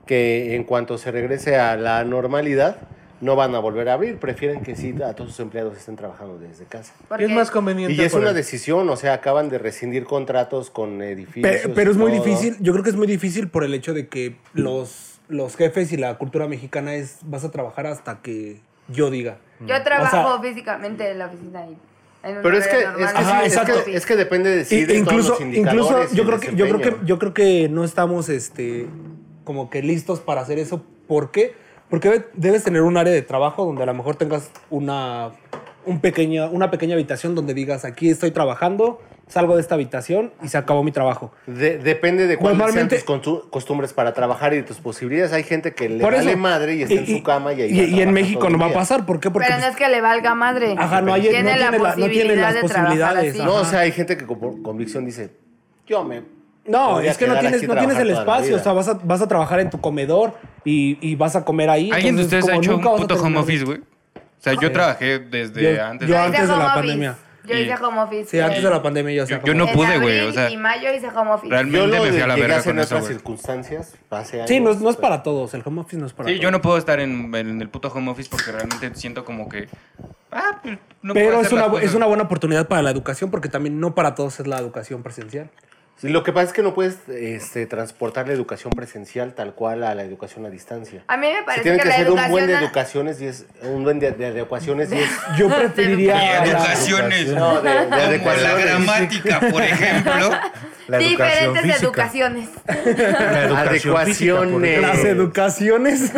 [SPEAKER 4] que en cuanto se regrese a la normalidad, no van a volver a abrir. Prefieren que sí a todos sus empleados estén trabajando desde casa.
[SPEAKER 2] Porque
[SPEAKER 5] es más conveniente.
[SPEAKER 4] Y es
[SPEAKER 5] por
[SPEAKER 4] una
[SPEAKER 5] el-
[SPEAKER 4] decisión, o sea, acaban de rescindir contratos con edificios.
[SPEAKER 3] Pe- Pero, es
[SPEAKER 4] y
[SPEAKER 3] muy
[SPEAKER 4] todo.
[SPEAKER 3] difícil, yo creo que es muy difícil por el hecho de que los, los jefes y la cultura mexicana es vas a trabajar hasta que yo diga.
[SPEAKER 2] Yo trabajo
[SPEAKER 3] O sea-
[SPEAKER 2] físicamente en la oficina y en un
[SPEAKER 4] Pero es que,
[SPEAKER 2] horario
[SPEAKER 4] es que,
[SPEAKER 2] normal.
[SPEAKER 3] Ajá,
[SPEAKER 4] sí, es que-
[SPEAKER 3] exacto.
[SPEAKER 4] es que depende de si
[SPEAKER 3] Y-
[SPEAKER 4] de todos
[SPEAKER 3] incluso,
[SPEAKER 4] los
[SPEAKER 3] incluso
[SPEAKER 4] indicadores y
[SPEAKER 3] yo
[SPEAKER 4] el
[SPEAKER 3] creo que yo creo que
[SPEAKER 4] desempeño.
[SPEAKER 3] yo creo que no estamos este como que listos para hacer eso. ¿Por qué? Porque debe- debes tener un área de trabajo donde a lo mejor tengas una un pequeña, una pequeña habitación donde digas aquí estoy trabajando, salgo de esta habitación y se acabó mi trabajo.
[SPEAKER 4] De- depende de cuáles sean
[SPEAKER 3] Normalmente-
[SPEAKER 4] tus contu- costumbres para trabajar y de tus posibilidades. Hay gente que le
[SPEAKER 3] Por eso-
[SPEAKER 4] vale madre y está en su cama y ahí
[SPEAKER 3] y-
[SPEAKER 4] va a
[SPEAKER 3] y
[SPEAKER 4] trabajar
[SPEAKER 3] en México
[SPEAKER 4] todo
[SPEAKER 3] no
[SPEAKER 4] el
[SPEAKER 3] va a
[SPEAKER 4] día.
[SPEAKER 3] pasar, ¿por qué? Porque pues,
[SPEAKER 2] Pero no es que le valga madre.
[SPEAKER 3] Ajá, no hay- no
[SPEAKER 2] tiene la
[SPEAKER 3] tiene la- no tiene
[SPEAKER 2] posibilidad
[SPEAKER 3] las
[SPEAKER 2] de trabajar
[SPEAKER 3] posibilidades,
[SPEAKER 2] así.
[SPEAKER 3] ajá.
[SPEAKER 4] No, o sea, hay gente que con- por convicción dice, yo me...
[SPEAKER 3] No,
[SPEAKER 4] podría
[SPEAKER 3] es que no
[SPEAKER 4] quedar
[SPEAKER 3] tienes,
[SPEAKER 4] aquí
[SPEAKER 3] no tienes el
[SPEAKER 4] trabajando toda la
[SPEAKER 3] espacio, o
[SPEAKER 4] vida".
[SPEAKER 3] sea, vas a, vas a trabajar en tu comedor y, y vas a comer ahí.
[SPEAKER 1] ¿Alguien de
[SPEAKER 3] entonces,
[SPEAKER 1] ustedes ha
[SPEAKER 3] como
[SPEAKER 1] hecho un
[SPEAKER 3] nunca vas a
[SPEAKER 1] puto home
[SPEAKER 3] terminar-
[SPEAKER 1] office, güey? O sea, yo trabajé desde
[SPEAKER 3] Yo-
[SPEAKER 1] antes.
[SPEAKER 3] yo
[SPEAKER 1] de-
[SPEAKER 3] antes
[SPEAKER 2] hice
[SPEAKER 3] de la
[SPEAKER 2] home office.
[SPEAKER 3] pandemia.
[SPEAKER 2] Yo
[SPEAKER 1] Y-
[SPEAKER 2] hice home office.
[SPEAKER 3] Sí, antes
[SPEAKER 2] en-
[SPEAKER 3] de la pandemia yo hacía
[SPEAKER 1] Yo-
[SPEAKER 3] home
[SPEAKER 1] yo no
[SPEAKER 3] office.
[SPEAKER 2] en
[SPEAKER 1] pude, güey,
[SPEAKER 2] abril
[SPEAKER 1] o sea,
[SPEAKER 2] y mayo hice home office.
[SPEAKER 4] Yo
[SPEAKER 1] Realmente
[SPEAKER 4] lo
[SPEAKER 1] me fui a la
[SPEAKER 4] llegué a
[SPEAKER 1] verga
[SPEAKER 4] hacer en
[SPEAKER 1] con eso,
[SPEAKER 4] otras
[SPEAKER 1] güey.
[SPEAKER 4] circunstancias. hace
[SPEAKER 3] Sí, no es,
[SPEAKER 4] años,
[SPEAKER 3] no es
[SPEAKER 4] pero-
[SPEAKER 3] para todos, el home office no es para
[SPEAKER 1] Sí,
[SPEAKER 3] todos.
[SPEAKER 1] yo no puedo estar en, en el puto home office porque realmente siento como que. Ah, pues, no puedo
[SPEAKER 3] Pero
[SPEAKER 1] hacer
[SPEAKER 3] es una,
[SPEAKER 1] las
[SPEAKER 3] bu-
[SPEAKER 1] cosas.
[SPEAKER 3] es una buena oportunidad para la educación porque también no para todos es la educación presencial.
[SPEAKER 4] Sí, lo que pasa es que no puedes este, transportar la educación presencial tal cual a la educación a distancia.
[SPEAKER 2] A mí me
[SPEAKER 4] Se
[SPEAKER 2] parece
[SPEAKER 4] tienen
[SPEAKER 2] que,
[SPEAKER 4] que,
[SPEAKER 2] la
[SPEAKER 4] hacer un buen de
[SPEAKER 2] educación...
[SPEAKER 4] educaciones y es... Un buen de, de adecuaciones y es...
[SPEAKER 3] Yo
[SPEAKER 1] Y
[SPEAKER 3] preferiría... la-
[SPEAKER 1] educaciones.
[SPEAKER 4] No, de, de
[SPEAKER 1] Como la
[SPEAKER 4] adecuaciones.
[SPEAKER 1] gramática, por ejemplo.
[SPEAKER 5] La educación
[SPEAKER 2] diferentes
[SPEAKER 5] física.
[SPEAKER 2] educaciones.
[SPEAKER 5] La educación física, por
[SPEAKER 4] Adecuaciones.
[SPEAKER 5] ejemplo.
[SPEAKER 3] Las educaciones.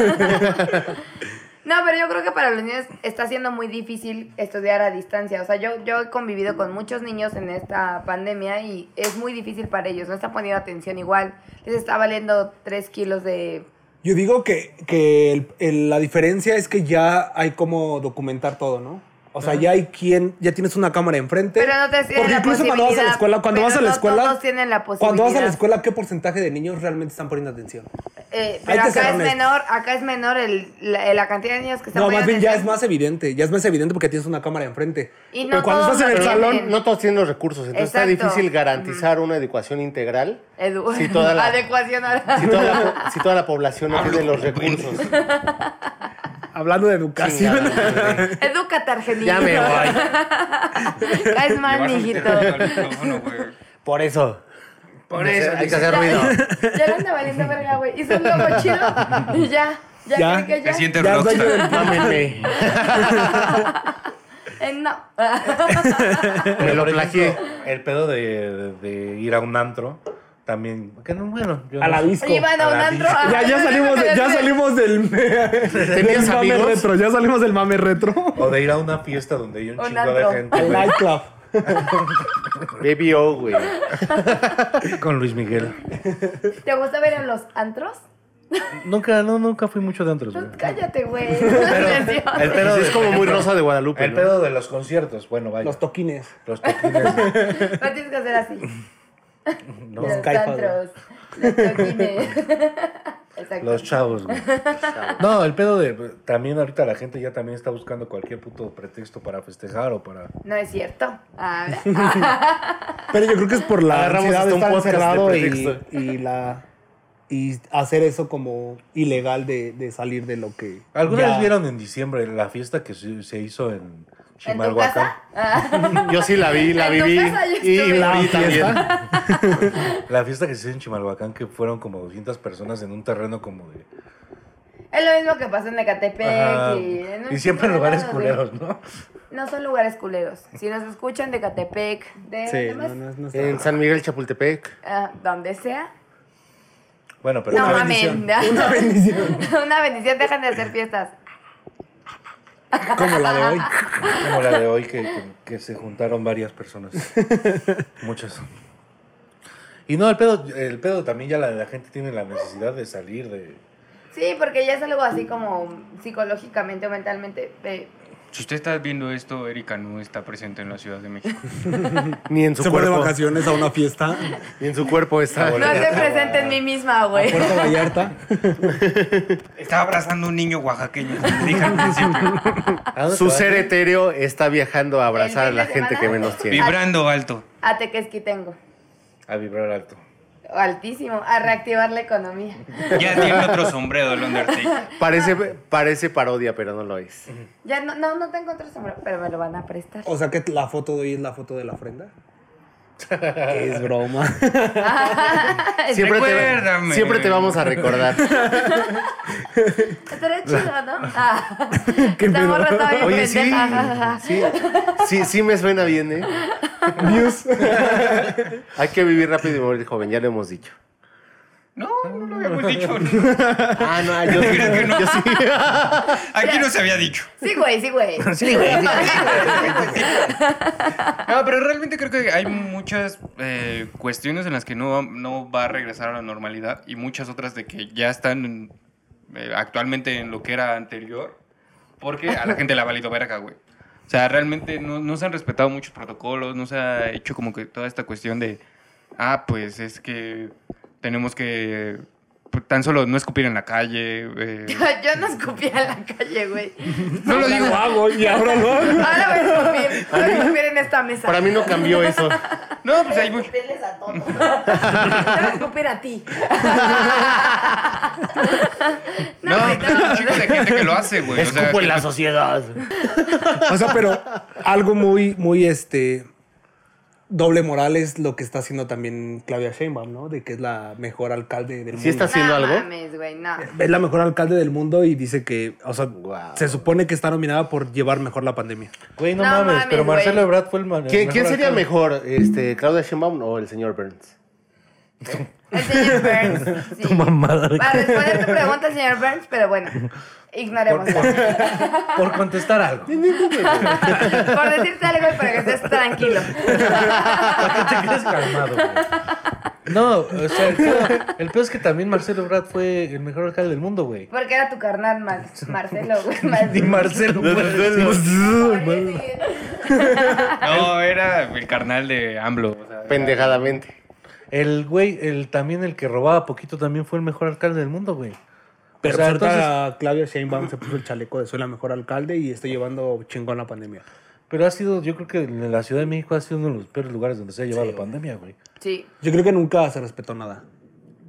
[SPEAKER 2] No, pero yo creo que para los niños está siendo muy difícil estudiar a distancia. O sea, yo, yo he convivido con muchos niños en esta pandemia y es muy difícil para ellos. No están poniendo atención igual. Les está valiendo 3 kilos de...
[SPEAKER 3] Yo digo que, que el- el- la diferencia es que ya hay como documentar todo, ¿no? O sea, ya hay quien, ya tienes una cámara enfrente.
[SPEAKER 2] Pero no te tienen
[SPEAKER 3] Porque
[SPEAKER 2] la
[SPEAKER 3] incluso cuando vas a
[SPEAKER 2] posibilidad,
[SPEAKER 3] la escuela, cuando
[SPEAKER 2] pero
[SPEAKER 3] vas a la
[SPEAKER 2] no
[SPEAKER 3] escuela,
[SPEAKER 2] todos tienen la
[SPEAKER 3] cuando vas a la
[SPEAKER 2] posibilidad.
[SPEAKER 3] escuela, ¿qué porcentaje de niños realmente están poniendo atención?
[SPEAKER 2] eh, pero
[SPEAKER 3] Hay que ser
[SPEAKER 2] acá es,
[SPEAKER 3] honestos.
[SPEAKER 2] menor, acá es menor el, la, la cantidad de niños que están
[SPEAKER 3] No, más
[SPEAKER 2] poniendo
[SPEAKER 3] bien ya es
[SPEAKER 2] atención.
[SPEAKER 3] más evidente, ya es más evidente porque tienes una cámara enfrente.
[SPEAKER 2] Y no
[SPEAKER 3] Pero cuando
[SPEAKER 2] todos
[SPEAKER 3] estás en el
[SPEAKER 2] lo
[SPEAKER 4] Pero
[SPEAKER 3] salón,
[SPEAKER 2] tienen.
[SPEAKER 4] no todos tienen los recursos, entonces está
[SPEAKER 2] Exacto.
[SPEAKER 4] difícil garantizar una educación integral
[SPEAKER 2] Edu-
[SPEAKER 4] Sí, toda la-
[SPEAKER 2] Adecuación a la-
[SPEAKER 4] si toda la, po- si toda la población no tiene los recursos.
[SPEAKER 3] hablando de educación,
[SPEAKER 4] Chingada madre.
[SPEAKER 2] Edúcate, argelino.
[SPEAKER 4] Ya me voy.
[SPEAKER 2] Caes mal,
[SPEAKER 1] Llevas un
[SPEAKER 2] mijito.
[SPEAKER 1] teléfono al micrófono, güey.
[SPEAKER 4] Por eso. Por eso. Hay que hacer ruido.
[SPEAKER 2] Ya le anda valiendo verga, güey. Hizo un logo chido y ya. Ya,
[SPEAKER 3] Ya.
[SPEAKER 2] cree que ya.
[SPEAKER 1] Te sientes
[SPEAKER 3] ya es dueño
[SPEAKER 1] rockstar.
[SPEAKER 3] del-
[SPEAKER 4] Mámenme.
[SPEAKER 2] Eh, no.
[SPEAKER 4] Me lo
[SPEAKER 5] Por ejemplo,
[SPEAKER 4] plagié.
[SPEAKER 5] El pedo de, de ir a un antro también. Que no, bueno. yo
[SPEAKER 3] a
[SPEAKER 5] no
[SPEAKER 3] la
[SPEAKER 5] sé.
[SPEAKER 3] disco.
[SPEAKER 2] Iban a un antro. Ah, ajá,
[SPEAKER 3] Ya, ya
[SPEAKER 2] no,
[SPEAKER 3] salimos,
[SPEAKER 2] no, no,
[SPEAKER 3] de- ya
[SPEAKER 2] no,
[SPEAKER 3] salimos del, del
[SPEAKER 4] ¿Tenías
[SPEAKER 3] mame
[SPEAKER 4] amigos?
[SPEAKER 3] retro, ya salimos del mame retro.
[SPEAKER 5] O de ir a una fiesta donde hay un,
[SPEAKER 2] Un
[SPEAKER 5] chingo
[SPEAKER 2] antro.
[SPEAKER 5] de gente.
[SPEAKER 3] Al
[SPEAKER 5] güey,
[SPEAKER 3] nightclub.
[SPEAKER 4] Baby O, güey.
[SPEAKER 5] Con Luis Miguel.
[SPEAKER 2] ¿Te gusta ver en los antros?
[SPEAKER 5] Nunca, no, nunca fui mucho de antros, güey.
[SPEAKER 2] Pues
[SPEAKER 3] Mm.
[SPEAKER 2] cállate, güey. Pero,
[SPEAKER 5] El pedo
[SPEAKER 4] Sí,
[SPEAKER 5] de-
[SPEAKER 4] es como muy rosa de Guadalupe.
[SPEAKER 5] El
[SPEAKER 4] ¿no?
[SPEAKER 5] pedo de los conciertos. Bueno, vaya.
[SPEAKER 3] Los toquines.
[SPEAKER 5] Los toquines. güey.
[SPEAKER 3] eh,
[SPEAKER 2] no tienes que hacer así.
[SPEAKER 5] No.
[SPEAKER 2] los
[SPEAKER 3] Caipas,
[SPEAKER 2] antros. Los toquines. Exacto.
[SPEAKER 5] Los chavos, güey. No, el pedo de. También ahorita la gente ya también está buscando cualquier puto pretexto para festejar o para.
[SPEAKER 2] No es cierto. Ah, A ver.
[SPEAKER 3] Pero yo creo que es por la
[SPEAKER 4] Agarramos
[SPEAKER 3] ansiedad de
[SPEAKER 4] hasta un podcast
[SPEAKER 3] estar
[SPEAKER 4] de
[SPEAKER 3] encerrado y,
[SPEAKER 4] pretexto.
[SPEAKER 3] y la y hacer eso como ilegal de, de salir de lo que
[SPEAKER 5] ¿Alguna
[SPEAKER 3] ya-
[SPEAKER 5] vez vieron en diciembre la fiesta que se se hizo en
[SPEAKER 2] ¿En tu
[SPEAKER 5] Chimalhuacán?
[SPEAKER 2] casa? Ah,
[SPEAKER 4] Yo sí la vi, la
[SPEAKER 2] En tu
[SPEAKER 4] viví.
[SPEAKER 2] casa yo
[SPEAKER 4] Y
[SPEAKER 2] estuve.
[SPEAKER 3] La
[SPEAKER 4] morí también.
[SPEAKER 3] fiesta.
[SPEAKER 5] La fiesta que se hizo en Chimalhuacán, que fueron como 200 personas en un terreno como de...
[SPEAKER 2] es lo mismo que pasó en Ecatepec
[SPEAKER 5] Ajá.
[SPEAKER 2] y en un
[SPEAKER 5] y siempre
[SPEAKER 2] chingo
[SPEAKER 5] en
[SPEAKER 2] de
[SPEAKER 5] lugares
[SPEAKER 2] lados, güey.
[SPEAKER 5] culeros, ¿no?
[SPEAKER 2] No son lugares culeros. Si nos escuchan de Catepec, de
[SPEAKER 3] Sí,
[SPEAKER 2] ¿dónde
[SPEAKER 3] no,
[SPEAKER 2] más?
[SPEAKER 3] no es- no es-
[SPEAKER 4] En San Miguel Chapultepec.
[SPEAKER 2] Ah, donde sea.
[SPEAKER 5] Bueno, pero...
[SPEAKER 2] no
[SPEAKER 3] Una
[SPEAKER 2] mames.
[SPEAKER 3] bendición, una bendición.
[SPEAKER 2] Una bendición, dejan de hacer fiestas.
[SPEAKER 3] como la de hoy.
[SPEAKER 5] Como la de hoy, que, que- que se juntaron varias personas. Muchas. Y no, el pedo, el pedo también ya la, la gente tiene la necesidad de salir de...
[SPEAKER 2] Sí, porque ya es algo así como psicológicamente o mentalmente. eh,
[SPEAKER 1] Si usted está viendo esto, Erika no está presente en la Ciudad de México.
[SPEAKER 4] Ni en su
[SPEAKER 3] Se fue de
[SPEAKER 4] cuerpo.
[SPEAKER 3] vacaciones a una fiesta
[SPEAKER 4] Ni en su cuerpo está.
[SPEAKER 2] No se presente en mí misma,
[SPEAKER 3] a
[SPEAKER 2] güey.
[SPEAKER 3] Puerto Vallarta.
[SPEAKER 1] Estaba abrazando a un niño oaxaqueño, como dije al principio.
[SPEAKER 5] ¿A dónde
[SPEAKER 4] Su
[SPEAKER 5] te vas?
[SPEAKER 4] ser etéreo está viajando a abrazar a
[SPEAKER 2] fin
[SPEAKER 4] la
[SPEAKER 2] de
[SPEAKER 4] gente
[SPEAKER 2] semana?
[SPEAKER 4] que menos tiene.
[SPEAKER 1] Vibrando alto.
[SPEAKER 2] A Tequesquitengo.
[SPEAKER 5] A vibrar alto.
[SPEAKER 2] Altísimo. A reactivar la economía.
[SPEAKER 1] Ya tiene otro sombrero el Undertaker.
[SPEAKER 4] Parece, parece parodia, pero no lo es.
[SPEAKER 2] Ya no, no, no tengo otro sombrero, pero me lo van a prestar.
[SPEAKER 3] O sea que la foto de hoy es la foto de la ofrenda. es broma.
[SPEAKER 4] Siempre te,
[SPEAKER 1] Recuérdame.
[SPEAKER 4] siempre te vamos a recordar.
[SPEAKER 2] Estaría chido, ¿no? Ah, esta morra está bien
[SPEAKER 4] Oye, sí,
[SPEAKER 2] pendeja.
[SPEAKER 4] sí, sí, sí me suena bien, ¿eh? Hay que vivir rápido y morir joven, ya lo hemos dicho.
[SPEAKER 1] No, no lo habíamos dicho. no.
[SPEAKER 4] Ah, no, yo sí.
[SPEAKER 1] Creo que no.
[SPEAKER 4] Yo sí.
[SPEAKER 1] Aquí no se había dicho.
[SPEAKER 2] Sí, güey, sí, güey.
[SPEAKER 1] No, pero realmente creo que hay muchas eh, cuestiones en las que no, va- no va a regresar a la normalidad y muchas otras de que ya están en- eh, actualmente en lo que era anterior porque a la gente le ha valido verga, güey. O sea, realmente no, no se han respetado muchos protocolos, no se ha hecho como que toda esta cuestión de, ah, pues es que tenemos que eh, tan solo no escupir en la calle. eh,
[SPEAKER 2] Yo no escupía en la calle, güey.
[SPEAKER 1] no lo digo.
[SPEAKER 3] hago y ahora lo hago.
[SPEAKER 2] Ahora voy a escupir. Voy a escupir en esta mesa.
[SPEAKER 4] Para mí no cambió eso.
[SPEAKER 1] No, pues hay mucho.
[SPEAKER 6] Escupirles a todos.
[SPEAKER 2] Te voy a escupir a ti.
[SPEAKER 1] No, pues hay un chico de gente que lo hace, güey. O sea,
[SPEAKER 7] Escupo en
[SPEAKER 1] que-
[SPEAKER 7] la sociedad.
[SPEAKER 3] O sea, pero algo muy, muy este. Doble moral es lo que está haciendo también Claudia Sheinbaum, ¿no? De que es la mejor alcalde del
[SPEAKER 4] ¿Sí
[SPEAKER 3] mundo.
[SPEAKER 4] está haciendo
[SPEAKER 2] no
[SPEAKER 4] algo?
[SPEAKER 2] mames, güey, no.
[SPEAKER 3] Es la mejor alcalde del mundo y dice que, o sea,
[SPEAKER 4] Guau.
[SPEAKER 3] se supone que está nominada por llevar mejor la pandemia.
[SPEAKER 5] Güey, no,
[SPEAKER 2] No
[SPEAKER 5] mames,
[SPEAKER 2] mames,
[SPEAKER 5] pero
[SPEAKER 2] güey.
[SPEAKER 5] Marcelo Ebrard fue el man- el
[SPEAKER 4] ¿Quién, quién sería
[SPEAKER 5] alcalde.
[SPEAKER 4] mejor, este, Claudia Sheinbaum o el señor Burns?
[SPEAKER 2] El señor Burns. Sí.
[SPEAKER 7] Tu mamada.
[SPEAKER 2] Para responder tu pregunta, señor Burns, pero bueno, ignoremos. Por,
[SPEAKER 5] Por contestar algo.
[SPEAKER 2] decirte algo y para que estés tranquilo.
[SPEAKER 5] Para que te quedes calmado, güey. No, o sea, el peor, es que también Marcelo Ebrard fue el mejor alcalde del mundo, güey.
[SPEAKER 2] Porque era tu carnal, Mar- Marcelo, güey. Mar-
[SPEAKER 5] Y Marcelo Ebrard.
[SPEAKER 1] No, era el carnal de AMLO. o sea,
[SPEAKER 4] Pendejadamente.
[SPEAKER 5] El güey, el, también el que robaba poquito también fue el mejor alcalde del mundo, güey.
[SPEAKER 3] Pero
[SPEAKER 5] O sea,
[SPEAKER 3] pues, ahorita
[SPEAKER 5] entonces-
[SPEAKER 3] Claudia Sheinbaum se puso el chaleco de soy la mejor alcalde y estoy llevando chingón la pandemia.
[SPEAKER 5] Pero ha sido, yo creo que en la Ciudad de México ha sido uno de los peores lugares donde se ha llevado la pandemia, güey.
[SPEAKER 2] Sí.
[SPEAKER 3] Yo creo que nunca se respetó nada.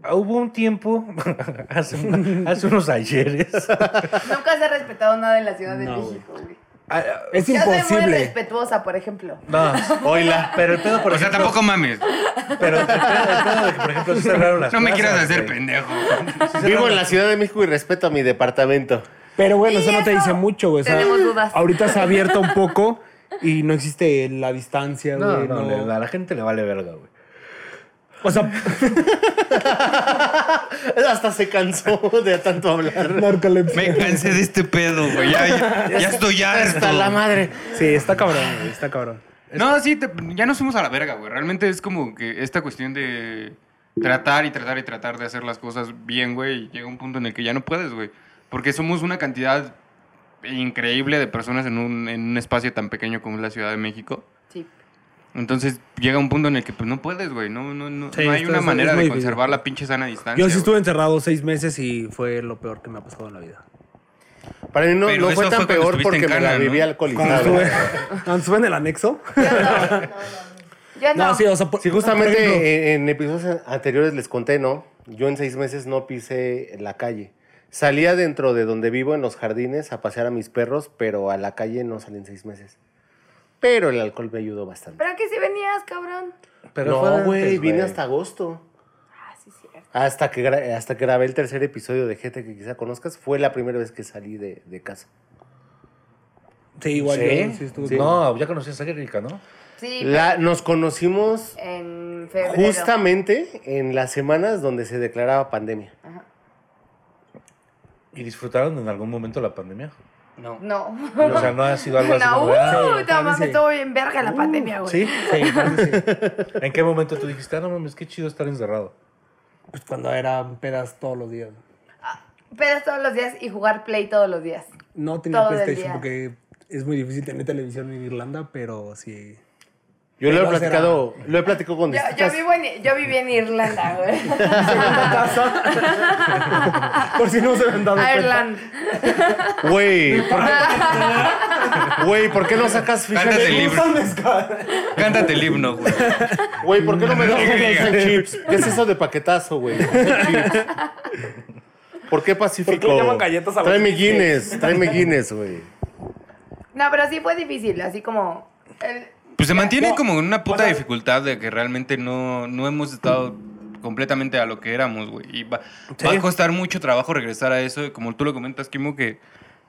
[SPEAKER 5] Ah, Hubo un tiempo, hace, un- hace unos ayeres,
[SPEAKER 2] Nunca se ha respetado nada en la Ciudad de
[SPEAKER 3] No,
[SPEAKER 2] México, güey.
[SPEAKER 3] Es
[SPEAKER 2] Yo soy muy
[SPEAKER 3] imposible.
[SPEAKER 2] respetuosa, por ejemplo.
[SPEAKER 5] No, oila. Pero el pedo, por
[SPEAKER 1] o sea,
[SPEAKER 5] ejemplo,
[SPEAKER 1] tampoco mames.
[SPEAKER 5] Pero el pedo, el pedo de que, por ejemplo, sí cerraron las
[SPEAKER 1] No me
[SPEAKER 5] plazas,
[SPEAKER 1] quieras hacer
[SPEAKER 5] güey.
[SPEAKER 1] pendejo.
[SPEAKER 4] Vivo en la Ciudad de México y respeto a mi departamento.
[SPEAKER 3] Pero bueno,
[SPEAKER 2] Y
[SPEAKER 3] eso no te
[SPEAKER 2] eso
[SPEAKER 3] dice mucho, güey. O sea,
[SPEAKER 2] tenemos dudas.
[SPEAKER 3] Ahorita se ha abierto un poco y no existe la distancia,
[SPEAKER 5] No,
[SPEAKER 3] güey.
[SPEAKER 5] no,
[SPEAKER 3] no.
[SPEAKER 5] le- a la gente le vale verga, güey.
[SPEAKER 3] O sea,
[SPEAKER 4] Hasta se cansó de tanto hablar.
[SPEAKER 3] narcolepsia.
[SPEAKER 1] Me cansé de este pedo, güey. Ya, ya, ya estoy harto.
[SPEAKER 4] Hasta la madre.
[SPEAKER 3] Sí, está cabrón, güey, está cabrón.
[SPEAKER 1] No, sí, te- ya nos fuimos a la verga, güey. Realmente es como que esta cuestión de tratar y tratar y tratar de hacer las cosas bien, güey. y Llega un punto en el que ya no puedes, güey. Porque somos una cantidad increíble de personas en un, en un espacio tan pequeño como es la Ciudad de México.
[SPEAKER 2] Sí.
[SPEAKER 1] Entonces llega un punto en el que pues no puedes, güey. No, no, no,
[SPEAKER 3] Sí,
[SPEAKER 1] no hay
[SPEAKER 3] esto
[SPEAKER 1] una
[SPEAKER 3] es-
[SPEAKER 1] manera
[SPEAKER 3] es
[SPEAKER 1] de
[SPEAKER 3] muy
[SPEAKER 1] conservar la pinche sana distancia.
[SPEAKER 3] Yo sí
[SPEAKER 1] Ah, güey.
[SPEAKER 3] estuve encerrado seis meses y fue lo peor que me ha pasado en la vida.
[SPEAKER 4] Para mí no,
[SPEAKER 1] Pero
[SPEAKER 4] no
[SPEAKER 1] eso
[SPEAKER 4] fue
[SPEAKER 1] fue
[SPEAKER 4] tan
[SPEAKER 1] cuando
[SPEAKER 4] peor
[SPEAKER 1] estuviste
[SPEAKER 4] porque
[SPEAKER 1] en
[SPEAKER 4] me la
[SPEAKER 1] Cana, ¿no?
[SPEAKER 4] viví
[SPEAKER 3] Cuando
[SPEAKER 4] alcoholizada.
[SPEAKER 3] estuve, cuando estuve en el anexo.
[SPEAKER 2] Yo no.
[SPEAKER 3] No, sí, eh, o sea, por-
[SPEAKER 4] Sí,
[SPEAKER 3] por ejemplo,
[SPEAKER 4] justamente en, en episodios anteriores les conté, ¿no? Yo en seis meses no pisé la calle. Salía dentro de donde vivo, en los jardines, a pasear a mis perros, pero a la calle no salí en seis meses. Pero el alcohol me ayudó bastante.
[SPEAKER 2] Pero que si venías, cabrón.
[SPEAKER 5] Pero fue
[SPEAKER 4] no,
[SPEAKER 5] antes,
[SPEAKER 4] güey, vine hasta agosto.
[SPEAKER 2] Ah, sí, cierto.
[SPEAKER 4] Hasta que, gra- hasta que grabé el tercer episodio de Gente que quizá conozcas, fue la primera vez que salí de, de casa.
[SPEAKER 3] Sí, igual
[SPEAKER 5] ¿Sí?
[SPEAKER 3] yo sí estuve.
[SPEAKER 5] No, ya conocías a Erika, ¿no?
[SPEAKER 2] Sí,
[SPEAKER 4] La- nos conocimos
[SPEAKER 2] en febrero.
[SPEAKER 4] justamente en las semanas donde se declaraba pandemia.
[SPEAKER 5] ¿Y disfrutaron en algún momento la pandemia?
[SPEAKER 1] No.
[SPEAKER 2] No.
[SPEAKER 5] O sea, no ha sido algo así.
[SPEAKER 2] No,
[SPEAKER 5] como de, "Ah".
[SPEAKER 2] uh,
[SPEAKER 3] Sí,
[SPEAKER 2] no
[SPEAKER 3] claro,
[SPEAKER 2] mames,
[SPEAKER 3] sí. Uh,
[SPEAKER 2] estuvo bien verga la pandemia, güey.
[SPEAKER 5] ¿Sí?
[SPEAKER 3] Sí, entonces sí.
[SPEAKER 5] ¿En qué momento tú dijiste, ah, no mames, qué chido estar encerrado?
[SPEAKER 3] Pues cuando eran pedas todos los días.
[SPEAKER 2] Pero todos los días y jugar play todos los días.
[SPEAKER 3] No tenía
[SPEAKER 2] Todo el
[SPEAKER 3] PlayStation
[SPEAKER 2] día.
[SPEAKER 3] porque es muy difícil tener televisión en Irlanda, pero sí.
[SPEAKER 4] Yo lo he
[SPEAKER 3] Pero será-
[SPEAKER 4] platicado, lo he platicado con
[SPEAKER 2] Yo,
[SPEAKER 4] distintas
[SPEAKER 2] yo, vivo en, yo viví en Irlanda, güey.
[SPEAKER 3] Por si no se han dado cuenta.
[SPEAKER 2] Ireland.
[SPEAKER 4] Güey, ¿por qué? Güey, ¿por qué no sacas fichas?
[SPEAKER 1] Cántate el libro. Cántate el himno, güey.
[SPEAKER 4] Güey, ¿por qué no me das
[SPEAKER 1] Sí,
[SPEAKER 4] fichas
[SPEAKER 1] sí.
[SPEAKER 4] de chips? ¿Qué es eso de paquetazo, güey? Chips. ¿Por qué Pacífico?
[SPEAKER 7] ¿Por qué le llaman galletas a los
[SPEAKER 4] Tráeme Guinness, tráeme Guinness, güey.
[SPEAKER 2] No, pero sí fue difícil, así como. el-
[SPEAKER 1] Pues se mantiene como en una puta dificultad de que realmente no, no hemos estado completamente a lo que éramos, güey. Y va, va a costar mucho trabajo regresar a eso. y como tú lo comentas, Kimo, que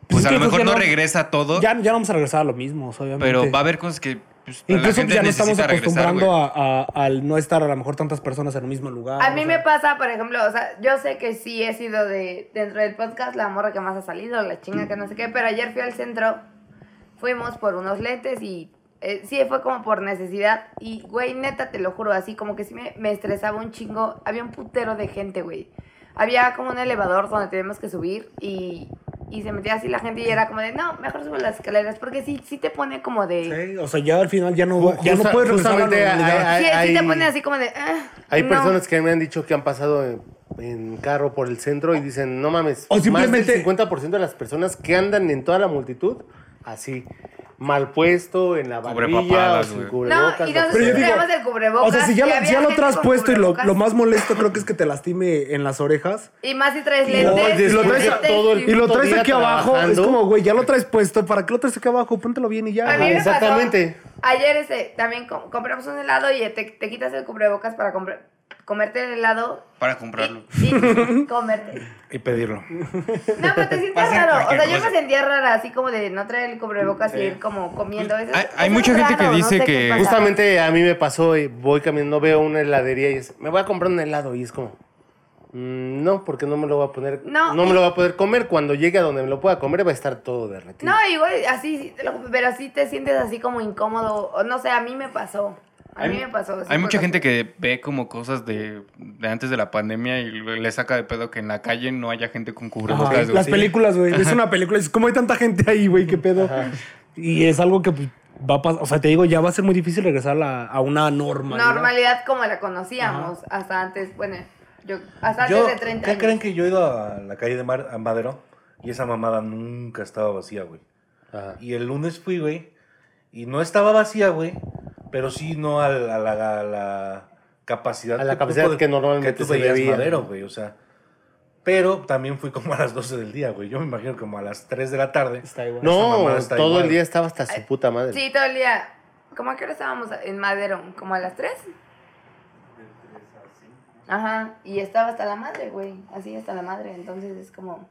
[SPEAKER 1] pues
[SPEAKER 3] es
[SPEAKER 1] a
[SPEAKER 3] que
[SPEAKER 1] lo
[SPEAKER 3] creo
[SPEAKER 1] mejor
[SPEAKER 3] que
[SPEAKER 1] no
[SPEAKER 3] no-
[SPEAKER 1] regresa todo,
[SPEAKER 3] Ya, ya no vamos a regresar a lo mismo, obviamente.
[SPEAKER 1] pero va a haber cosas que pues, la
[SPEAKER 3] Incluso
[SPEAKER 1] gente
[SPEAKER 3] ya no estamos
[SPEAKER 1] necesita regresar,
[SPEAKER 3] acostumbrando
[SPEAKER 1] güey.
[SPEAKER 3] a, a- al no estar a lo mejor tantas personas en un mismo
[SPEAKER 4] Ah,
[SPEAKER 3] lugar.
[SPEAKER 2] A mí
[SPEAKER 3] o
[SPEAKER 2] me
[SPEAKER 3] sea,
[SPEAKER 2] pasa, por ejemplo, o sea, yo sé que sí he sido de dentro del podcast la morra que más ha salido, la chinga que no sé qué, pero ayer fui al centro, fuimos por unos lentes y eh, sí fue como por necesidad y, güey, neta, te lo juro, así como que sí me, me estresaba un chingo, había un putero de gente, güey. Había como un elevador donde teníamos que subir y, y se metía así la gente y era como de, no, mejor subo las escaleras porque sí, sí te pone como de...
[SPEAKER 3] sí, O sea, ya al final ya no, va- ya
[SPEAKER 4] Justa-
[SPEAKER 3] no puedes regresar a la
[SPEAKER 4] justamente
[SPEAKER 3] normalidad.
[SPEAKER 4] hay-
[SPEAKER 2] Sí, sí te
[SPEAKER 4] hay-
[SPEAKER 2] pone así como de... "Ah,
[SPEAKER 4] Hay
[SPEAKER 2] no".
[SPEAKER 4] personas que me han dicho que han pasado en, en carro por el centro y dicen, no mames,
[SPEAKER 3] O simplemente-
[SPEAKER 4] más del 50% de las personas que andan en toda la multitud, así, mal puesto, en la barbilla o
[SPEAKER 1] Cubrepapadas,
[SPEAKER 4] sin
[SPEAKER 1] güey.
[SPEAKER 2] No,
[SPEAKER 4] cubrebocas.
[SPEAKER 2] y
[SPEAKER 4] lo
[SPEAKER 2] nosotros
[SPEAKER 4] que
[SPEAKER 3] Pero yo
[SPEAKER 4] sea.
[SPEAKER 3] digo,
[SPEAKER 2] traíamos el cubrebocas.
[SPEAKER 3] O sea, si ya,
[SPEAKER 2] y
[SPEAKER 3] lo-
[SPEAKER 2] había
[SPEAKER 3] ya
[SPEAKER 2] gente
[SPEAKER 3] lo
[SPEAKER 2] con
[SPEAKER 3] traes puesto y lo,
[SPEAKER 2] cubrebocas.
[SPEAKER 3] lo más molesto creo que es que te lastime en las orejas.
[SPEAKER 2] Y más si traes
[SPEAKER 3] Y lo-
[SPEAKER 2] lentes. Este,
[SPEAKER 3] y lo traes
[SPEAKER 2] lentes,
[SPEAKER 4] todo el-
[SPEAKER 3] Y lo traes
[SPEAKER 4] Todavía
[SPEAKER 3] aquí abajo. Es
[SPEAKER 4] trabajando.
[SPEAKER 3] como, güey, ya lo traes puesto. ¿Para qué lo traes aquí abajo? Póntelo bien y ya.
[SPEAKER 2] A mí me pasó-
[SPEAKER 4] Exactamente.
[SPEAKER 2] ayer ese, también com- compramos un helado y te, te quitas el cubrebocas para compra- comerte el helado.
[SPEAKER 1] Para comprarlo.
[SPEAKER 2] Y, y comerte.
[SPEAKER 5] Y pedirlo.
[SPEAKER 2] No, pero te sientes
[SPEAKER 1] Hacer
[SPEAKER 2] raro. O sea,
[SPEAKER 1] cualquier
[SPEAKER 2] yo me
[SPEAKER 1] cosa.
[SPEAKER 2] sentía rara, así como de no traer el cubrebocas y ir como comiendo. Eso es-
[SPEAKER 1] Hay- hay
[SPEAKER 2] eso
[SPEAKER 1] mucha
[SPEAKER 2] es
[SPEAKER 1] gente que
[SPEAKER 2] raro,
[SPEAKER 1] dice
[SPEAKER 2] no sé
[SPEAKER 1] que-
[SPEAKER 2] qué pasa.
[SPEAKER 4] Justamente a mí me pasó, eh, voy caminando, veo una heladería y es, me voy a comprar un helado y es como, "Mm, no, porque no me lo voy a poner,
[SPEAKER 2] No,
[SPEAKER 4] no, me
[SPEAKER 2] y-
[SPEAKER 4] lo voy a poder comer, cuando llegue a donde me lo pueda comer va a estar todo derretido.
[SPEAKER 2] No, igual, así, te lo- pero sí te sientes así como incómodo. o No sé, a mí me pasó. A mí me pasó. sí
[SPEAKER 1] Hay
[SPEAKER 2] fue
[SPEAKER 1] mucha gente
[SPEAKER 2] horrible.
[SPEAKER 1] que ve como cosas de, de antes de la pandemia y le saca de pedo que en la calle no haya gente con
[SPEAKER 3] Ajá,
[SPEAKER 1] cubrebocas. güey.
[SPEAKER 3] las
[SPEAKER 1] Sí.
[SPEAKER 3] películas, güey. Es una película. Es como hay tanta gente ahí, güey, qué pedo. Y es algo que pues, va a pasar. O sea, te digo, ya va a ser muy difícil regresar a, la- a una normalidad.
[SPEAKER 2] normalidad como la conocíamos hasta antes, bueno, yo hasta
[SPEAKER 5] Yo-
[SPEAKER 2] antes de 30
[SPEAKER 5] ¿Qué
[SPEAKER 2] años.
[SPEAKER 5] creen que yo he ido a la calle de Mar- a Madero? Y esa mamada nunca estaba vacía, güey.
[SPEAKER 4] Ajá.
[SPEAKER 5] Y el lunes fui, güey. Y no estaba vacía, güey. Pero sí no a la, a la- a la capacidad.
[SPEAKER 4] A la
[SPEAKER 5] tú
[SPEAKER 4] capacidad
[SPEAKER 5] pod-
[SPEAKER 4] que normalmente
[SPEAKER 5] tú
[SPEAKER 4] se
[SPEAKER 5] veías
[SPEAKER 4] veía.
[SPEAKER 5] madero, güey. O sea. Pero también fui como a las 12 del día, güey. Yo me imagino como a las 3 de la tarde.
[SPEAKER 3] Está igual.
[SPEAKER 5] Esa
[SPEAKER 4] No,
[SPEAKER 5] mamá está
[SPEAKER 4] todo
[SPEAKER 5] igual.
[SPEAKER 4] el día estaba hasta su puta madre.
[SPEAKER 2] Sí, todo el día. ¿Cómo a qué hora estábamos en Madero? ¿Como a las 3? Ajá, y estaba hasta la madre, güey, así hasta la madre, entonces es como...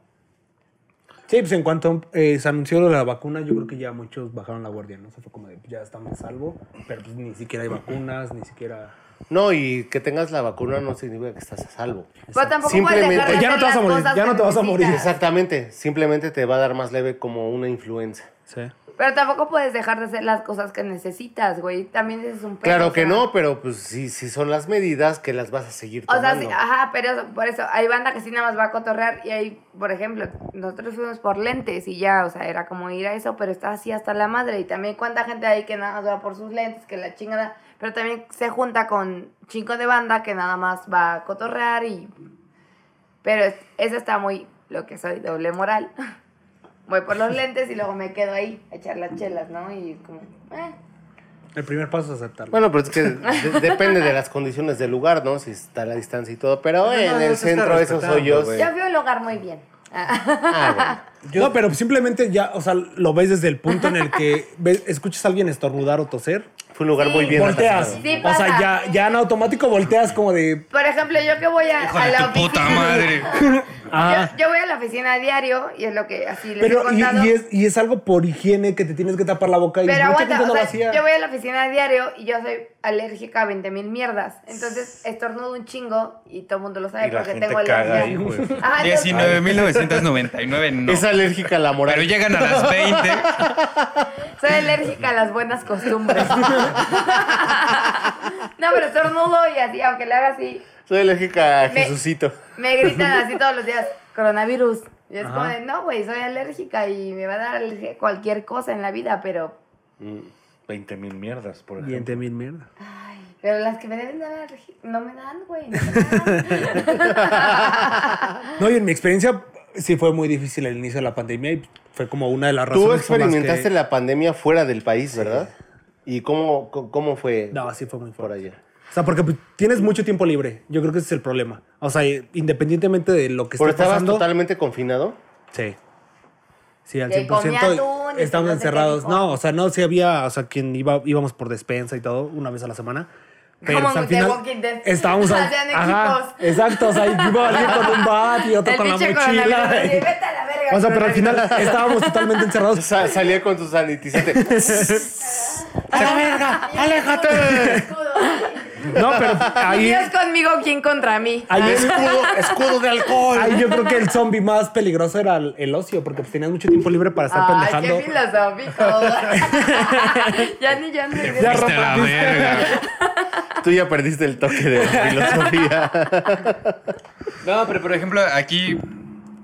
[SPEAKER 3] Sí, pues en cuanto eh, se anunció lo de la vacuna, yo creo que ya muchos bajaron la guardia, ¿no? O sea, fue como de, "Pues, ya estamos a salvo, pero pues ni siquiera hay vacunas, ni siquiera...
[SPEAKER 4] No, y que tengas la vacuna no significa que estás a salvo.
[SPEAKER 2] Pero tampoco puedes dejar
[SPEAKER 4] Simplemente-
[SPEAKER 2] de
[SPEAKER 3] Ya no
[SPEAKER 2] hacer
[SPEAKER 3] te vas a
[SPEAKER 2] las
[SPEAKER 3] morir,
[SPEAKER 2] cosas
[SPEAKER 3] ya
[SPEAKER 2] que
[SPEAKER 3] no te vas a morir.
[SPEAKER 2] necesitas.
[SPEAKER 4] Exactamente, simplemente te va a dar más leve como una influenza.
[SPEAKER 2] Pues,
[SPEAKER 3] Sí.
[SPEAKER 2] Pero tampoco puedes dejar de hacer las cosas que necesitas, güey, también ese es un pedo, o
[SPEAKER 4] Claro que
[SPEAKER 2] sea.
[SPEAKER 4] no, pero pues sí, sí son las medidas que las vas a seguir
[SPEAKER 2] O
[SPEAKER 4] tomando.
[SPEAKER 2] sea, sí, ajá, pero eso- por eso, hay banda que sí nada más va a cotorrear y hay, por ejemplo, nosotros fuimos por lentes y ya, o sea, era como ir a eso, pero está así hasta la madre. Y también cuánta gente hay que nada más va por sus lentes, que la chingada, pero también se junta con chingo de banda que nada más va a cotorrear y... Pero es- eso está muy, lo que soy, doble moral. Voy por los lentes y luego me quedo ahí a echar las chelas, ¿no? Y como, eh.
[SPEAKER 3] El primer paso es aceptarlo.
[SPEAKER 4] Bueno, pero es que de- depende de las condiciones del lugar, ¿no? Si está la distancia y todo. Pero
[SPEAKER 5] No,
[SPEAKER 4] en el
[SPEAKER 5] no, no se está
[SPEAKER 4] centro, esos
[SPEAKER 5] respetando,
[SPEAKER 4] hoyos.
[SPEAKER 5] güey.
[SPEAKER 2] Yo fui a un lugar muy bien.
[SPEAKER 4] Ah,
[SPEAKER 3] no, pero simplemente ya, o sea, lo ves desde el punto en el que ves- escuchas a alguien estornudar o toser,
[SPEAKER 4] bueno, fue un lugar
[SPEAKER 2] Sí.
[SPEAKER 4] muy bien.
[SPEAKER 3] volteas.
[SPEAKER 4] asesinado.
[SPEAKER 2] Sí
[SPEAKER 3] o sea,
[SPEAKER 2] pasa.
[SPEAKER 3] ya, ya en automático volteas como de...
[SPEAKER 2] Por ejemplo, yo que voy a,
[SPEAKER 1] Hijo
[SPEAKER 2] a
[SPEAKER 1] de
[SPEAKER 2] la
[SPEAKER 1] tu puta
[SPEAKER 2] oficina-
[SPEAKER 1] madre.
[SPEAKER 3] Ah,
[SPEAKER 2] Yo, yo voy a la oficina a diario y es lo que así les he
[SPEAKER 3] pero y,
[SPEAKER 2] contado.
[SPEAKER 3] y es, y es algo por higiene que te tienes que tapar la boca y
[SPEAKER 2] pero
[SPEAKER 3] mucha
[SPEAKER 2] aguanta,
[SPEAKER 3] gente no
[SPEAKER 2] o
[SPEAKER 3] lo
[SPEAKER 2] sea,
[SPEAKER 3] hacía.
[SPEAKER 2] yo voy a la oficina a diario y yo soy alérgica a 20 mil mierdas. Entonces estornudo un chingo y todo el mundo lo sabe
[SPEAKER 5] Y la
[SPEAKER 2] porque
[SPEAKER 5] gente
[SPEAKER 2] tengo
[SPEAKER 5] caga ahí,
[SPEAKER 2] alergia.
[SPEAKER 5] güey.
[SPEAKER 2] Ajá, entonces-
[SPEAKER 1] 19.999 no.
[SPEAKER 4] Es alérgica a la moral.
[SPEAKER 1] Pero llegan a las 20.
[SPEAKER 2] Soy alérgica a las buenas costumbres. no, pero estornudo y así, aunque le haga así,
[SPEAKER 4] Soy alérgica a
[SPEAKER 2] Me-
[SPEAKER 4] Jesucito.
[SPEAKER 2] me gritan así todos los días, coronavirus. Y es
[SPEAKER 3] Ajá.
[SPEAKER 2] como de, no, güey, soy alérgica y me va a dar alergia a cualquier cosa en la vida, pero,
[SPEAKER 5] 20 mil mierdas, por ejemplo.
[SPEAKER 3] 20 mil mierda.
[SPEAKER 2] pero las que me deben dar alergia no me dan, güey. No me dan.
[SPEAKER 3] No, y en mi experiencia sí fue muy difícil el inicio de la pandemia y fue como una de las razones.
[SPEAKER 4] Tú
[SPEAKER 3] por las que-
[SPEAKER 4] experimentaste la pandemia fuera del país, ¿verdad? ¿Y cómo, co- cómo fue
[SPEAKER 3] No, sí fue muy
[SPEAKER 4] por
[SPEAKER 3] fuerte.
[SPEAKER 4] allá?
[SPEAKER 3] O sea, porque pues, tienes mucho tiempo libre. Yo creo que ese es el problema. O sea, eh, independientemente de lo que
[SPEAKER 4] ¿Pero
[SPEAKER 3] esté
[SPEAKER 4] estabas
[SPEAKER 3] pasando.
[SPEAKER 4] totalmente confinado?
[SPEAKER 3] Sí. Sí, al
[SPEAKER 2] Que
[SPEAKER 3] 100%.
[SPEAKER 2] comía atún y
[SPEAKER 3] estábamos
[SPEAKER 2] no sé qué
[SPEAKER 3] encerrados.
[SPEAKER 2] dijo.
[SPEAKER 3] No, o sea, no, sí había, o sea, quien iba, íbamos por despensa y todo una vez a la semana. Pero
[SPEAKER 2] Como
[SPEAKER 3] o sea, al
[SPEAKER 2] en The
[SPEAKER 3] final
[SPEAKER 2] Walking Dead.
[SPEAKER 3] estábamos al-
[SPEAKER 2] Hacían
[SPEAKER 3] Ajá,
[SPEAKER 2] equipos.
[SPEAKER 3] exacto, o sea, iba alguien con un bat y otro
[SPEAKER 2] El
[SPEAKER 3] con la
[SPEAKER 2] pinche coronavirus,
[SPEAKER 3] mochila.
[SPEAKER 2] así, "Vete a la verga,
[SPEAKER 3] O sea, pero al final
[SPEAKER 2] coronavirus".
[SPEAKER 3] estábamos totalmente encerrados.
[SPEAKER 4] Sa- salía con tu sanitizante.
[SPEAKER 3] ¡A la verga! ¡Aléjate!
[SPEAKER 6] Escudo.
[SPEAKER 3] No, pero ahí, Ah,
[SPEAKER 2] Dios conmigo, ¿quién contra mí?
[SPEAKER 3] ahí es
[SPEAKER 4] escudo, escudo de alcohol.
[SPEAKER 3] Ay, yo creo que el zombie más peligroso era el, el ocio, porque pues tenías mucho tiempo libre para estar
[SPEAKER 2] Ay, qué
[SPEAKER 3] pendejando.
[SPEAKER 2] filosófico. ya ni ya no
[SPEAKER 3] Ya
[SPEAKER 1] Viste la
[SPEAKER 3] rompiste.
[SPEAKER 1] verga.
[SPEAKER 4] Tú ya perdiste el toque de la filosofía.
[SPEAKER 1] No, pero por ejemplo, aquí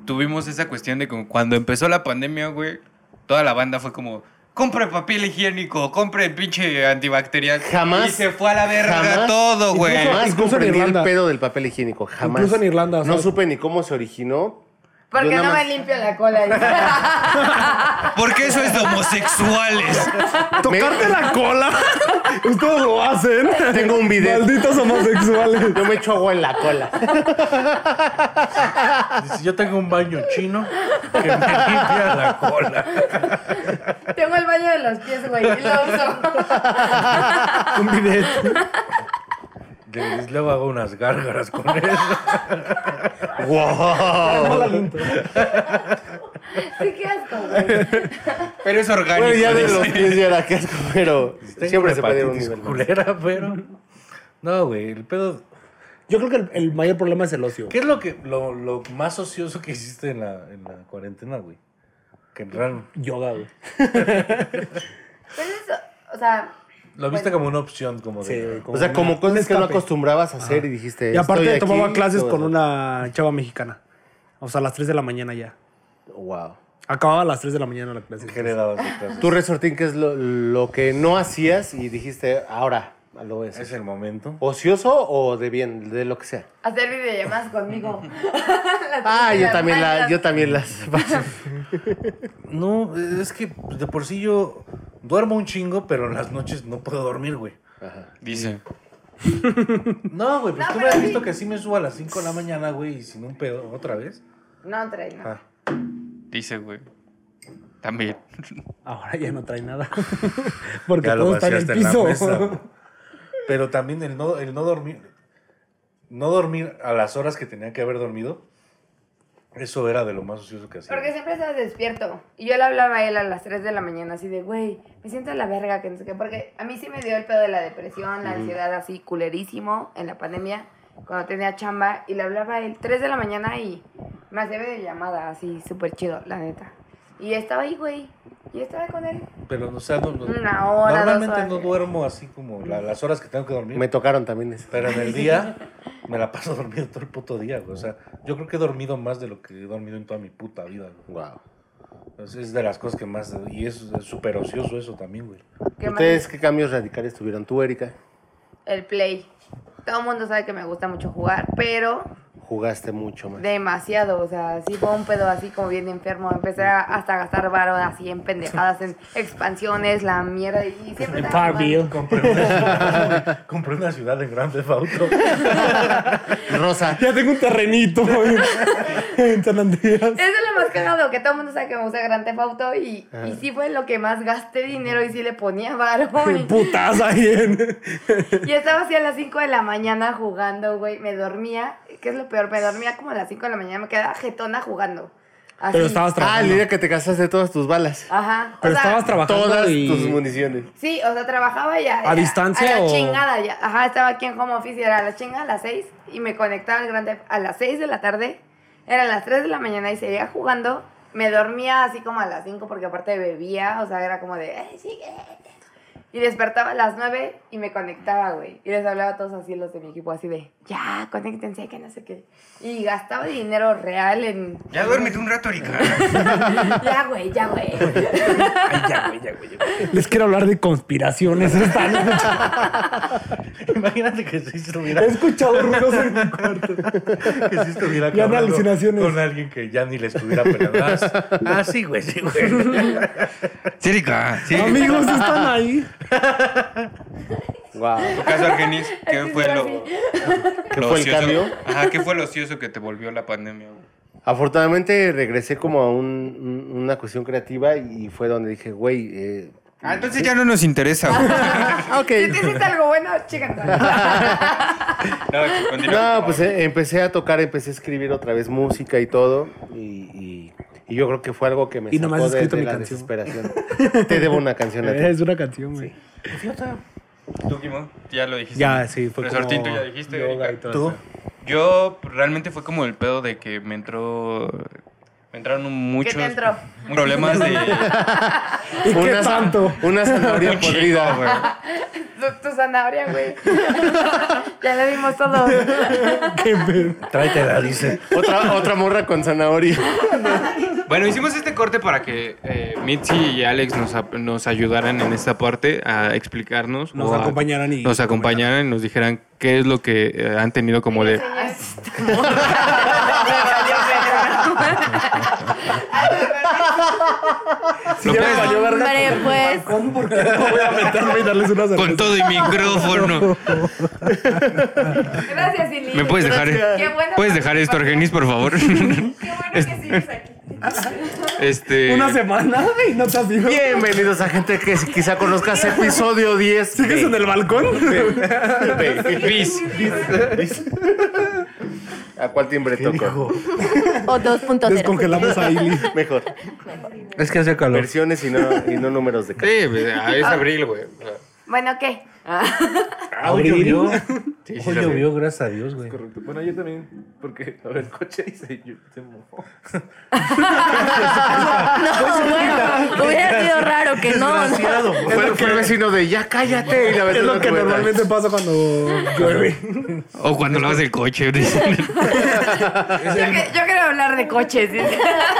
[SPEAKER 1] tuvimos esa cuestión de como cuando empezó la pandemia, güey, toda la banda fue como. Compre papel higiénico, compre pinche antibacterial.
[SPEAKER 4] Jamás.
[SPEAKER 1] Y se fue a la verga
[SPEAKER 4] jamás,
[SPEAKER 1] todo, güey.
[SPEAKER 4] Jamás
[SPEAKER 3] Incluso en
[SPEAKER 4] comprendí el
[SPEAKER 3] Irlanda.
[SPEAKER 4] pedo del papel higiénico. Jamás.
[SPEAKER 3] Incluso en Irlanda, o sea-
[SPEAKER 4] no supe ni cómo se originó. Yo
[SPEAKER 2] Porque
[SPEAKER 4] nada
[SPEAKER 2] no me
[SPEAKER 4] más-
[SPEAKER 2] limpio la cola.
[SPEAKER 1] Porque eso es de homosexuales.
[SPEAKER 3] ¡Tocarte la cola! Ustedes lo hacen.
[SPEAKER 4] Tengo un video.
[SPEAKER 3] Malditos homosexuales.
[SPEAKER 4] Yo me echo agua en la cola.
[SPEAKER 5] Dice, yo tengo un baño chino que me limpia la cola.
[SPEAKER 2] Tengo el baño de los pies, güey, y lo uso.
[SPEAKER 3] Un bidet.
[SPEAKER 5] Les- Luego hago unas gárgaras con eso.
[SPEAKER 3] No la limpio.
[SPEAKER 2] Sí, qué asco, güey.
[SPEAKER 1] Pero es orgánico.
[SPEAKER 4] Bueno, ya de
[SPEAKER 1] dice.
[SPEAKER 4] los pies ya era que asco, pero
[SPEAKER 5] Tengo
[SPEAKER 4] siempre
[SPEAKER 5] una
[SPEAKER 4] se puede ir a un
[SPEAKER 5] hepatitis
[SPEAKER 4] nivel más.
[SPEAKER 5] culera, pero... No, güey, el pedo...
[SPEAKER 3] Yo creo que el, el mayor problema es el ocio.
[SPEAKER 5] ¿Qué es lo, que, lo, lo más ocioso que hiciste en la, en la cuarentena, güey? Que en real-
[SPEAKER 3] Yoga, güey.
[SPEAKER 2] Pero eso, o sea,
[SPEAKER 5] Lo viste como una opción, como
[SPEAKER 3] Sí,
[SPEAKER 5] de...
[SPEAKER 3] güey,
[SPEAKER 4] O sea,
[SPEAKER 3] una-
[SPEAKER 4] como
[SPEAKER 3] un
[SPEAKER 4] cosas que no
[SPEAKER 3] escape.
[SPEAKER 4] acostumbrabas a hacer y dijiste.
[SPEAKER 3] Y aparte
[SPEAKER 4] "Estoy
[SPEAKER 3] tomaba
[SPEAKER 4] aquí",
[SPEAKER 3] clases
[SPEAKER 4] todo
[SPEAKER 3] con
[SPEAKER 4] eso.
[SPEAKER 3] una chava mexicana. O sea, a las 3 de la mañana ya.
[SPEAKER 4] Wow.
[SPEAKER 3] Acababa a las 3 de la mañana la clase.
[SPEAKER 5] ¿Qué le dabas de clases?
[SPEAKER 4] Tú, Resortín, ¿qué es lo, lo que no hacías y dijiste, ahora lo voy a hacer"?
[SPEAKER 5] Es el momento.
[SPEAKER 4] ¿Ocioso o de bien? De lo que sea.
[SPEAKER 2] hacer videollamadas conmigo.
[SPEAKER 4] Ah, yo también, la,
[SPEAKER 2] las
[SPEAKER 4] yo también las.
[SPEAKER 5] No, es que de por sí yo duermo un chingo, pero en las noches no puedo dormir, güey.
[SPEAKER 1] Dice.
[SPEAKER 5] No, güey, pues
[SPEAKER 2] No,
[SPEAKER 5] tú me
[SPEAKER 2] pero
[SPEAKER 5] has
[SPEAKER 2] sí.
[SPEAKER 5] visto que sí me subo a las 5 de la mañana, güey, y sin un pedo, otra vez.
[SPEAKER 2] No, trae, no.
[SPEAKER 5] Ah,
[SPEAKER 1] Dice, güey. También.
[SPEAKER 3] Ahora ya no trae nada. Porque
[SPEAKER 5] ya lo
[SPEAKER 3] todo está en el
[SPEAKER 5] vaciaste en la
[SPEAKER 3] piso.
[SPEAKER 5] mesa, güey. Pero también el no, el no dormir, no dormir a las horas que tenía que haber dormido, eso era de lo más ocioso que hacía.
[SPEAKER 2] Porque siempre estabas despierto. Y yo le hablaba a él a las 3 de la mañana, así de, güey, me siento a la verga, que no sé qué. Porque a mí sí me dio el pedo de la depresión, la ansiedad así culerísimo en la pandemia, cuando tenía chamba. Y le hablaba a él 3 de la mañana y me hacía de llamada, así súper chido, la neta. Y estaba ahí, güey. Y estaba con él.
[SPEAKER 5] Pero, o sea, no- no-
[SPEAKER 2] Una hora, dos
[SPEAKER 5] normalmente
[SPEAKER 2] horas.
[SPEAKER 5] no duermo así como la- las horas que tengo que dormir.
[SPEAKER 4] Me tocaron también eso.
[SPEAKER 5] Pero en el día me la paso dormido todo el puto día, güey. O sea, yo creo que he dormido más de lo que he dormido en toda mi puta vida, güey.
[SPEAKER 4] Wow.
[SPEAKER 5] Es, es de las cosas que más. Y es es súper ocioso eso también, güey.
[SPEAKER 2] ¿Qué más?
[SPEAKER 4] ¿Ustedes qué cambios radicales tuvieron? Tú, Erika,
[SPEAKER 2] El play. Todo el mundo sabe que me gusta mucho jugar, pero
[SPEAKER 4] jugaste mucho más. Ah,
[SPEAKER 2] Demasiado, o sea, sí fue un pedo así como bien enfermo. Empecé a- hasta a gastar varo así en pendejadas, en expansiones, la mierda. Y siempre
[SPEAKER 3] En
[SPEAKER 2] estaba
[SPEAKER 3] Parkville.
[SPEAKER 5] Compré una, compré una ciudad en Grande Auto.
[SPEAKER 4] Rosa.
[SPEAKER 3] Ya tengo un terrenito en, en San Andreas.
[SPEAKER 2] jugando. Es de lo más cagado, que todo el mundo sabe que me gusta Grand Theft Auto y, y sí fue lo que más gasté dinero y sí le ponía varo. Y,
[SPEAKER 3] Putas ahí en.
[SPEAKER 2] y estaba así a las 5 de la mañana jugando, güey. Me dormía, que es lo peor, me dormía como a las 5 de la mañana, me quedaba jetona jugando. Así.
[SPEAKER 3] Pero estabas
[SPEAKER 4] Ah, el
[SPEAKER 3] trabajando.
[SPEAKER 4] día que te casaste todas tus balas.
[SPEAKER 2] Ajá. o
[SPEAKER 3] pero
[SPEAKER 2] sea,
[SPEAKER 3] estabas trabajando.
[SPEAKER 4] Todas
[SPEAKER 3] y-
[SPEAKER 4] tus municiones.
[SPEAKER 2] Sí, o sea, trabajaba ya.
[SPEAKER 3] ¿A distancia
[SPEAKER 2] A la
[SPEAKER 3] o-
[SPEAKER 2] chingada ya. Ajá, estaba aquí en home office y era a la chinga a las 6 y me conectaba al grande a las 6 de la tarde. Eran las 3 de la mañana y seguía jugando. Me dormía así como a las 5 porque aparte bebía, o sea, era como de, "Ay, sigue". Y despertaba a las 9 y me conectaba, güey. Y les hablaba a todos así los de mi equipo así de, ya, conéctense, que no sé qué. Y gastaba dinero real en...
[SPEAKER 1] Ya duérmete un rato, Erika.
[SPEAKER 2] ya, güey, ya, güey.
[SPEAKER 7] Ay, ya, güey, ya, güey. ya, güey.
[SPEAKER 3] Les quiero hablar de conspiraciones esta noche.
[SPEAKER 5] Imagínate que si estuviera,
[SPEAKER 3] He escuchado ruidos en mi cuarto.
[SPEAKER 5] que si estuviera
[SPEAKER 3] Ya no
[SPEAKER 5] hablando
[SPEAKER 3] alucinaciones.
[SPEAKER 5] con alguien que ya ni le estuviera peleando. Ah, sí, Ah, sí, güey, sí, güey.
[SPEAKER 1] Sí, Erika. Sí.
[SPEAKER 3] Amigos, están ahí.
[SPEAKER 4] Wow.
[SPEAKER 1] En tu caso, Argenis, ¿qué
[SPEAKER 2] Así
[SPEAKER 1] fue
[SPEAKER 2] será
[SPEAKER 1] lo,
[SPEAKER 2] así.
[SPEAKER 4] ¿Qué
[SPEAKER 1] lo
[SPEAKER 4] fue el
[SPEAKER 1] ocioso-
[SPEAKER 4] cambio?
[SPEAKER 1] Ajá, ¿qué fue lo ocioso que te volvió la pandemia? güey?
[SPEAKER 4] Afortunadamente regresé como a un- un- una cuestión creativa y fue donde dije, güey, eh,
[SPEAKER 1] Ah, entonces ya no nos interesa, güey.
[SPEAKER 4] ah, ok.
[SPEAKER 2] Si te hiciste algo bueno, chícate.
[SPEAKER 1] No, continúa,
[SPEAKER 4] No,
[SPEAKER 1] por
[SPEAKER 4] pues
[SPEAKER 1] favor.
[SPEAKER 4] eh, empecé a tocar, empecé a escribir otra vez música y todo. Y, y- y yo creo que fue algo que me
[SPEAKER 3] Y nomás
[SPEAKER 4] sacó
[SPEAKER 3] has
[SPEAKER 4] de,
[SPEAKER 3] escrito
[SPEAKER 4] de
[SPEAKER 3] mi
[SPEAKER 4] la
[SPEAKER 3] canción. Eh,
[SPEAKER 4] desesperación. Te debo una canción a ti.
[SPEAKER 3] Es una canción, güey.
[SPEAKER 1] Tú, Kimo, ya lo dijiste.
[SPEAKER 3] eh. Ya, sí, fue
[SPEAKER 1] Resortín,
[SPEAKER 3] como
[SPEAKER 1] tú ya dijiste,
[SPEAKER 3] yoga
[SPEAKER 1] Erika.
[SPEAKER 3] y todo
[SPEAKER 5] ¿Tú?
[SPEAKER 3] eso.
[SPEAKER 1] Yo realmente fue como el pedo de que me entró. Me entraron muchos
[SPEAKER 2] entró?
[SPEAKER 1] problemas de.
[SPEAKER 3] ¿Y qué
[SPEAKER 4] Una,
[SPEAKER 3] tanto?
[SPEAKER 4] una zanahoria
[SPEAKER 1] Un chingo,
[SPEAKER 4] podrida.
[SPEAKER 1] güey.
[SPEAKER 2] Tu, tu zanahoria, güey. ya lo vimos todo.
[SPEAKER 3] Qué pedo.
[SPEAKER 5] Tráetela, dice.
[SPEAKER 4] Otra, otra morra con zanahoria.
[SPEAKER 1] Bueno, hicimos este corte para que eh, Mitzi y Alex nos, ap- nos ayudaran en esta parte a explicarnos.
[SPEAKER 3] Nos
[SPEAKER 1] o a-
[SPEAKER 3] acompañaran y-
[SPEAKER 1] Nos acompañaran y nos dijeran qué es lo que eh, han tenido como de. Lo puedes-
[SPEAKER 2] Hombre, pues.
[SPEAKER 3] Meterme y darles una
[SPEAKER 1] con todo y micrófono.
[SPEAKER 2] Gracias, Ili.
[SPEAKER 1] ¿Me puedes dejar,
[SPEAKER 2] Qué bueno
[SPEAKER 1] ¿puedes
[SPEAKER 2] que
[SPEAKER 1] dejar esto, Argenis, por favor?
[SPEAKER 6] Qué bueno que sigues aquí.
[SPEAKER 1] Este.
[SPEAKER 3] Una semana y no te has ido.
[SPEAKER 4] Bienvenidos a gente que quizá conozcas episodio 10.
[SPEAKER 3] ¿Sigues en el balcón?
[SPEAKER 1] Bis.
[SPEAKER 4] ¿A cuál timbre toco?
[SPEAKER 8] O 2.0.
[SPEAKER 3] Descongelamos a Ili.
[SPEAKER 4] Mejor.
[SPEAKER 5] Es que hace calor.
[SPEAKER 4] Versiones y no, y no números de ca-
[SPEAKER 1] Sí, pues, ah, es abril, güey. O sea,
[SPEAKER 2] Bueno, ¿qué?
[SPEAKER 5] Ah, hoy llovió.
[SPEAKER 1] Sí, sí,
[SPEAKER 5] Hoy
[SPEAKER 1] también.
[SPEAKER 5] llovió, gracias a Dios, güey.
[SPEAKER 9] Correcto. Bueno, yo también, porque a ver, el coche y se, yo- se mojó.
[SPEAKER 8] No, bueno, hubiera sido raro que no.
[SPEAKER 5] Desgraciado, güey.
[SPEAKER 4] Fue, fue el vecino de ya cállate. Y la
[SPEAKER 3] Es lo que normalmente pasa cuando llueve.
[SPEAKER 1] O cuando lavas el coche. dicen.
[SPEAKER 2] Yo, que- yo quiero hablar de coches. dice.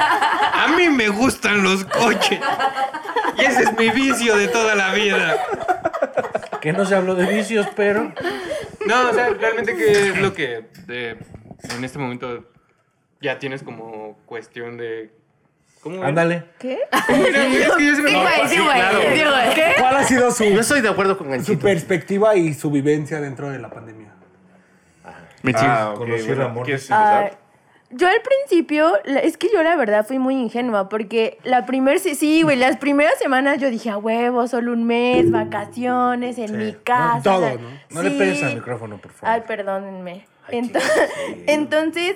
[SPEAKER 1] A mí me gustan los coches. Y ese es mi vicio de toda la vida.
[SPEAKER 5] Que no se habló de vicios, pero.
[SPEAKER 1] No, o sea, realmente que es lo que eh, en este momento ya tienes como cuestión de... ¿Cómo? era?
[SPEAKER 5] Ándale.
[SPEAKER 1] Mira, güey, es que yo se me-
[SPEAKER 2] Sí, güey, sí, güey. Sí, güey. ¿Qué?
[SPEAKER 3] ¿Cuál ha sido
[SPEAKER 4] Yo
[SPEAKER 3] su,
[SPEAKER 4] estoy de acuerdo con
[SPEAKER 3] su
[SPEAKER 4] Ganchito.
[SPEAKER 3] perspectiva y su vivencia dentro de la pandemia?
[SPEAKER 5] Ah.
[SPEAKER 1] Mitzi.
[SPEAKER 5] Conocí el amor.
[SPEAKER 9] ¿Quieres
[SPEAKER 8] Ay,
[SPEAKER 9] empezar?
[SPEAKER 8] Yo al principio, la- es que yo la verdad fui muy ingenua, porque la primera, sí, güey, las primeras semanas yo dije, a huevo, solo un mes, vacaciones, en mi casa.
[SPEAKER 3] todo,
[SPEAKER 8] la-
[SPEAKER 3] ¿no?
[SPEAKER 5] No le
[SPEAKER 8] Sí.
[SPEAKER 5] pegues al micrófono, por favor.
[SPEAKER 8] Ay, perdónenme. Ento- entonces,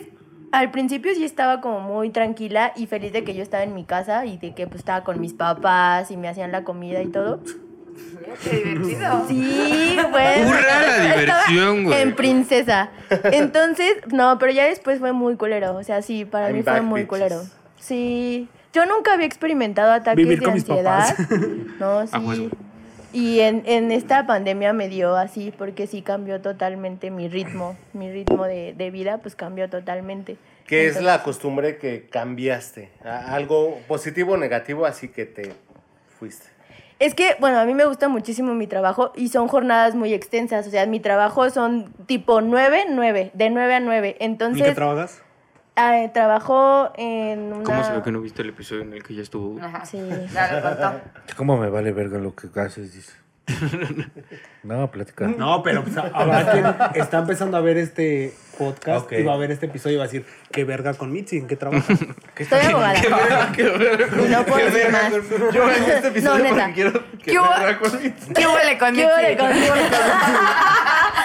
[SPEAKER 8] al principio sí estaba como muy tranquila y feliz de que yo estaba en mi casa y de que pues estaba con mis papás y me hacían la comida y todo.
[SPEAKER 2] Qué divertido.
[SPEAKER 8] Sí, güey.
[SPEAKER 1] Hurra la
[SPEAKER 8] Estaba
[SPEAKER 1] diversión, güey.
[SPEAKER 8] En princesa. Entonces, no, pero ya después fue muy culero. O sea, sí, para
[SPEAKER 4] I'm
[SPEAKER 8] mí fue
[SPEAKER 4] back,
[SPEAKER 8] muy
[SPEAKER 4] bitches.
[SPEAKER 8] culero. Sí. Yo nunca había experimentado ataques
[SPEAKER 3] Vivir
[SPEAKER 8] de
[SPEAKER 3] con mis
[SPEAKER 8] ansiedad.
[SPEAKER 3] papás.
[SPEAKER 8] No, sí.
[SPEAKER 1] Ah, pues, güey.
[SPEAKER 8] y en, en esta pandemia me dio así, porque sí cambió totalmente mi ritmo. Mi ritmo de, de vida, pues cambió totalmente.
[SPEAKER 4] Que es
[SPEAKER 8] Entonces-
[SPEAKER 4] la costumbre que cambiaste? A- Algo positivo o negativo, así que te fuiste.
[SPEAKER 8] Es que, bueno, a mí me gusta muchísimo mi trabajo y son jornadas muy extensas. O sea, mi trabajo son tipo 9, 9, de 9 a 9.
[SPEAKER 3] ¿En qué
[SPEAKER 8] Entonces,
[SPEAKER 3] trabajas?
[SPEAKER 8] Ah, eh, trabajó en una...
[SPEAKER 1] ¿Cómo se ve que no viste el episodio en el que ya estuvo? güey?
[SPEAKER 2] Ajá.
[SPEAKER 8] Sí.
[SPEAKER 2] Ya lo contó.
[SPEAKER 5] ¿Cómo me vale verga lo que haces? Dice. No, platica.
[SPEAKER 3] No, pero pues, ahora que está empezando a ver este podcast
[SPEAKER 5] Ok.
[SPEAKER 3] y va a ver este episodio y va a decir, qué verga con Mitzi, ¿en qué trabajas?
[SPEAKER 8] Estoy abogada. Y no puedo decir más.
[SPEAKER 9] Yo vengo a este episodio
[SPEAKER 8] No, neta.
[SPEAKER 9] porque quiero que
[SPEAKER 2] ¿Qué hubo?
[SPEAKER 9] me con mi-
[SPEAKER 2] ¿Qué huele con
[SPEAKER 8] ¿Qué
[SPEAKER 2] Mitzi?
[SPEAKER 8] huele con-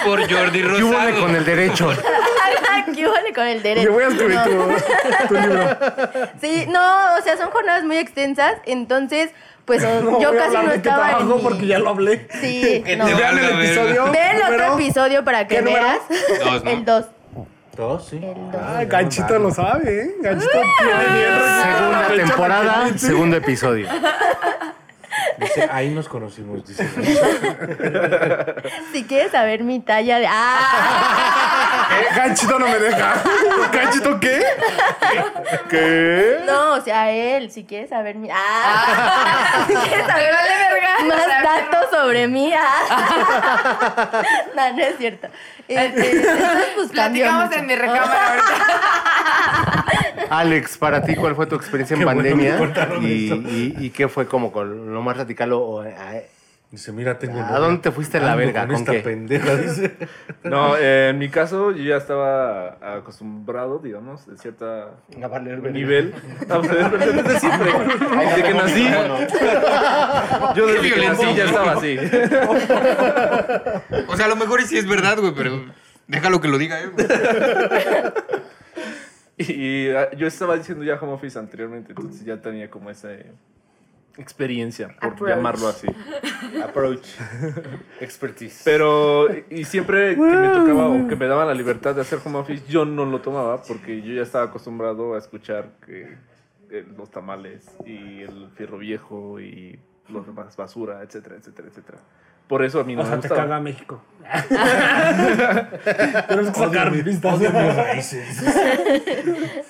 [SPEAKER 1] Por Jordi
[SPEAKER 4] ¿Qué hubo
[SPEAKER 1] Rosado.
[SPEAKER 4] con el derecho?
[SPEAKER 8] ¿Qué huele con el derecho?
[SPEAKER 3] Yo voy a escribir tu, tu libro.
[SPEAKER 8] Sí, no, o sea, son jornadas muy extensas, entonces, pues o-
[SPEAKER 3] No
[SPEAKER 8] yo
[SPEAKER 3] voy a
[SPEAKER 8] casi
[SPEAKER 3] hablar
[SPEAKER 8] no
[SPEAKER 3] de qué
[SPEAKER 8] estaba en
[SPEAKER 3] trabajo
[SPEAKER 8] mi-
[SPEAKER 3] porque ya lo hablé.
[SPEAKER 8] Sí, no.
[SPEAKER 1] te
[SPEAKER 3] Vean el
[SPEAKER 1] Valga verga.
[SPEAKER 3] episodio.
[SPEAKER 8] Ve el
[SPEAKER 3] número-
[SPEAKER 8] otro episodio para que
[SPEAKER 3] ¿Qué número?
[SPEAKER 8] veas.
[SPEAKER 1] Dos, ¿no?
[SPEAKER 8] El 2.
[SPEAKER 5] ¿Todos? Sí. Ah.
[SPEAKER 8] El dos.
[SPEAKER 3] Ay, Ganchito lo sabe, ¿eh? Ganchito tiene bien
[SPEAKER 4] Segunda temporada, segundo episodio.
[SPEAKER 5] Dice, ahí nos conocimos. Dice.
[SPEAKER 8] Si quieres saber mi talla de... ¡Ah!
[SPEAKER 3] Eh,
[SPEAKER 10] Ganchito no me deja. ¿Ganchito qué? ¿Qué?
[SPEAKER 2] ¿Eh?
[SPEAKER 8] No, o sea, él, si quieres saber mi. ¡Ah! si quieres
[SPEAKER 2] Me
[SPEAKER 8] saber
[SPEAKER 2] vale verga.
[SPEAKER 8] más
[SPEAKER 2] O sea,
[SPEAKER 8] datos sobre mí. ¡ah! no, no es cierto. Este, entonces, pues, cambió
[SPEAKER 2] Platicamos
[SPEAKER 8] mucho.
[SPEAKER 2] en mi recámara ahorita.
[SPEAKER 4] Alex, para ti, ¿cuál fue tu experiencia en
[SPEAKER 10] Qué bueno que me
[SPEAKER 4] pandemia?
[SPEAKER 10] contaron
[SPEAKER 4] y,
[SPEAKER 10] eso.
[SPEAKER 4] y- y qué fue como con lo más radical? O, o- a-
[SPEAKER 10] Dice, mira, tengo.
[SPEAKER 4] ¿A
[SPEAKER 10] novia.
[SPEAKER 4] dónde te fuiste a la
[SPEAKER 10] Ando
[SPEAKER 4] verga?
[SPEAKER 10] Con,
[SPEAKER 4] ¿Con
[SPEAKER 10] esta
[SPEAKER 4] qué?
[SPEAKER 10] pendeja, dice.
[SPEAKER 5] No, eh, en mi caso yo ya estaba acostumbrado, digamos, de cierta
[SPEAKER 4] A valer verga.
[SPEAKER 5] nivel. Ah, pues, desde siempre. Desde que nací, yo
[SPEAKER 1] Qué
[SPEAKER 5] desde que
[SPEAKER 1] violento.
[SPEAKER 5] nací ya estaba así.
[SPEAKER 1] O sea, a lo mejor y sí es verdad, güey, pero déjalo que lo diga él, güey.
[SPEAKER 5] Y, y, ah, yo estaba diciendo ya home office anteriormente, entonces ya tenía como esa eh, experiencia, por
[SPEAKER 2] Approach.
[SPEAKER 5] llamarlo así.
[SPEAKER 4] Approach. Expertise.
[SPEAKER 5] Pero, y siempre que me tocaba o que me daban la libertad de hacer home office, yo no lo tomaba porque yo ya estaba acostumbrado a escuchar que eh, los tamales y el fierro viejo y los demás basura, etcétera, etcétera, etcétera. Por eso a mí no
[SPEAKER 3] O sea,
[SPEAKER 5] me
[SPEAKER 3] te
[SPEAKER 5] gustaba.
[SPEAKER 3] caga México. Tenemos que sacar vistas.
[SPEAKER 10] Odio mis raíces.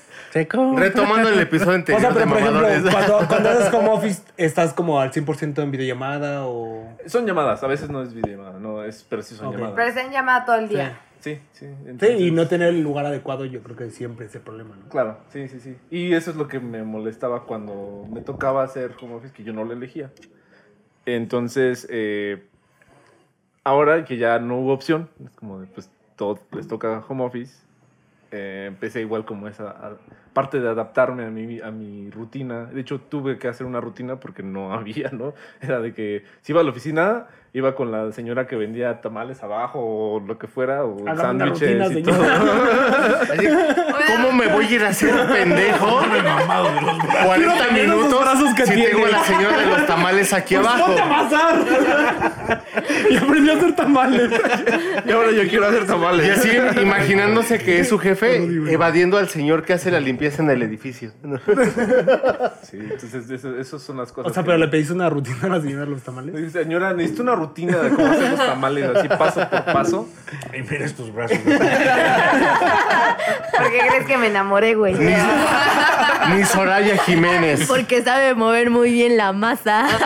[SPEAKER 4] Retomando el episodio
[SPEAKER 3] O
[SPEAKER 4] anterior
[SPEAKER 3] sea, pero
[SPEAKER 4] de
[SPEAKER 3] por ejemplo,
[SPEAKER 4] Mamadores.
[SPEAKER 3] cuando, cuando haces home office, ¿estás como al 100% en videollamada o...?
[SPEAKER 5] Son llamadas, a veces no es videollamada, no es, pero sí son
[SPEAKER 3] Ok.
[SPEAKER 5] llamadas.
[SPEAKER 2] Pero se han llamado todo el día.
[SPEAKER 5] Sí,
[SPEAKER 3] Sí,
[SPEAKER 5] sí. entonces-
[SPEAKER 3] y no tener el lugar adecuado yo creo que siempre es el problema, ¿no?
[SPEAKER 5] Claro, sí, sí, sí. Y eso es lo que me molestaba cuando me tocaba hacer home office, que yo no lo elegía. Entonces, eh, ahora que ya no hubo opción, es como de, pues todo les toca home office, eh, empecé igual como esa a- parte de adaptarme a mi, a mi rutina. De hecho, tuve que hacer una rutina porque no había, ¿no? Era de que si iba a la oficina, iba con la señora que vendía tamales abajo o lo que fuera, o
[SPEAKER 3] Hágame una rutina,
[SPEAKER 5] sándwiches y
[SPEAKER 3] señora.
[SPEAKER 5] todo.
[SPEAKER 4] Así, ¿Cómo me voy a ir a hacer un pendejo? 40
[SPEAKER 3] menos los
[SPEAKER 4] minutos
[SPEAKER 3] brazos que
[SPEAKER 4] si tengo a
[SPEAKER 3] tiene.
[SPEAKER 4] la señora de los tamales aquí abajo.
[SPEAKER 3] pasar! y aprendí a hacer tamales.
[SPEAKER 5] Y ahora yo quiero hacer tamales.
[SPEAKER 4] Y así imaginándose que es su jefe evadiendo al señor que hace la limpieza en el edificio.
[SPEAKER 5] Sí, entonces eso- esas son las
[SPEAKER 3] O
[SPEAKER 5] cosas.
[SPEAKER 3] sea,
[SPEAKER 5] que-
[SPEAKER 3] pero le pediste una rutina a la señora de los tamales.
[SPEAKER 5] Me dice, Señora, necesito una rutina de cómo hacer los tamales, así paso por paso.
[SPEAKER 10] Y mira estos brazos.
[SPEAKER 2] ¿Por qué crees que me enamoré, güey?
[SPEAKER 4] Ni Soraya Jiménez.
[SPEAKER 8] Porque sabe mover muy bien la masa.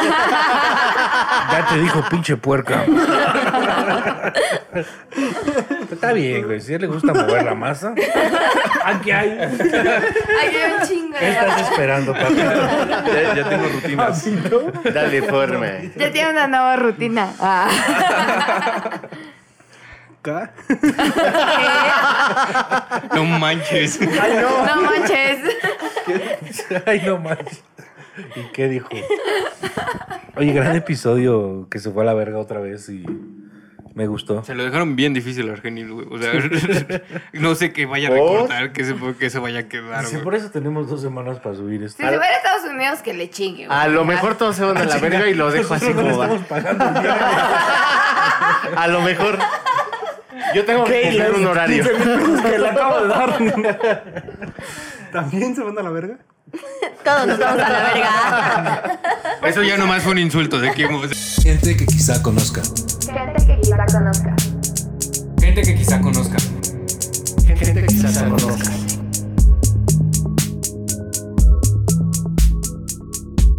[SPEAKER 10] Ya te dijo pinche puerca. Pues Está bien, güey. Si a él le gusta mover la masa,
[SPEAKER 3] Aquí "Ah, hay.
[SPEAKER 2] Ay, hay un chingo
[SPEAKER 10] ¿qué
[SPEAKER 2] de
[SPEAKER 10] estás esperando, papi?
[SPEAKER 5] Ya, ya tengo rutinas.
[SPEAKER 4] Dale forme.
[SPEAKER 2] Ya tiene una nueva rutina.
[SPEAKER 3] Acá.
[SPEAKER 1] No manches.
[SPEAKER 2] No manches.
[SPEAKER 10] Ay, no manches. ¿Y qué dijo? Oye, gran episodio que se fue a la verga otra vez y me gustó.
[SPEAKER 1] Se lo dejaron bien difícil a Argenil, güey. O sea, no sé qué vaya a recortar, que se, que se vaya a quedar,
[SPEAKER 10] Dice, por
[SPEAKER 1] güey.
[SPEAKER 10] eso tenemos dos semanas para subir esto.
[SPEAKER 2] Si se va a Estados Unidos, que le chingue, güey.
[SPEAKER 4] A lo mejor todos se van a la verga y lo dejo así
[SPEAKER 10] Nosotros no
[SPEAKER 4] como
[SPEAKER 10] le
[SPEAKER 4] va.
[SPEAKER 10] estamos pagando el viaje.
[SPEAKER 4] A lo mejor. Yo tengo que tener un horario.
[SPEAKER 3] que le acabo de dar. ¿También se van a la verga?
[SPEAKER 8] Todos nos vamos a la verga.
[SPEAKER 1] Eso ya nomás fue un insulto de que...
[SPEAKER 11] Gente que quizá conozca.
[SPEAKER 12] Gente que quizá conozca.
[SPEAKER 1] Gente que quizá conozca.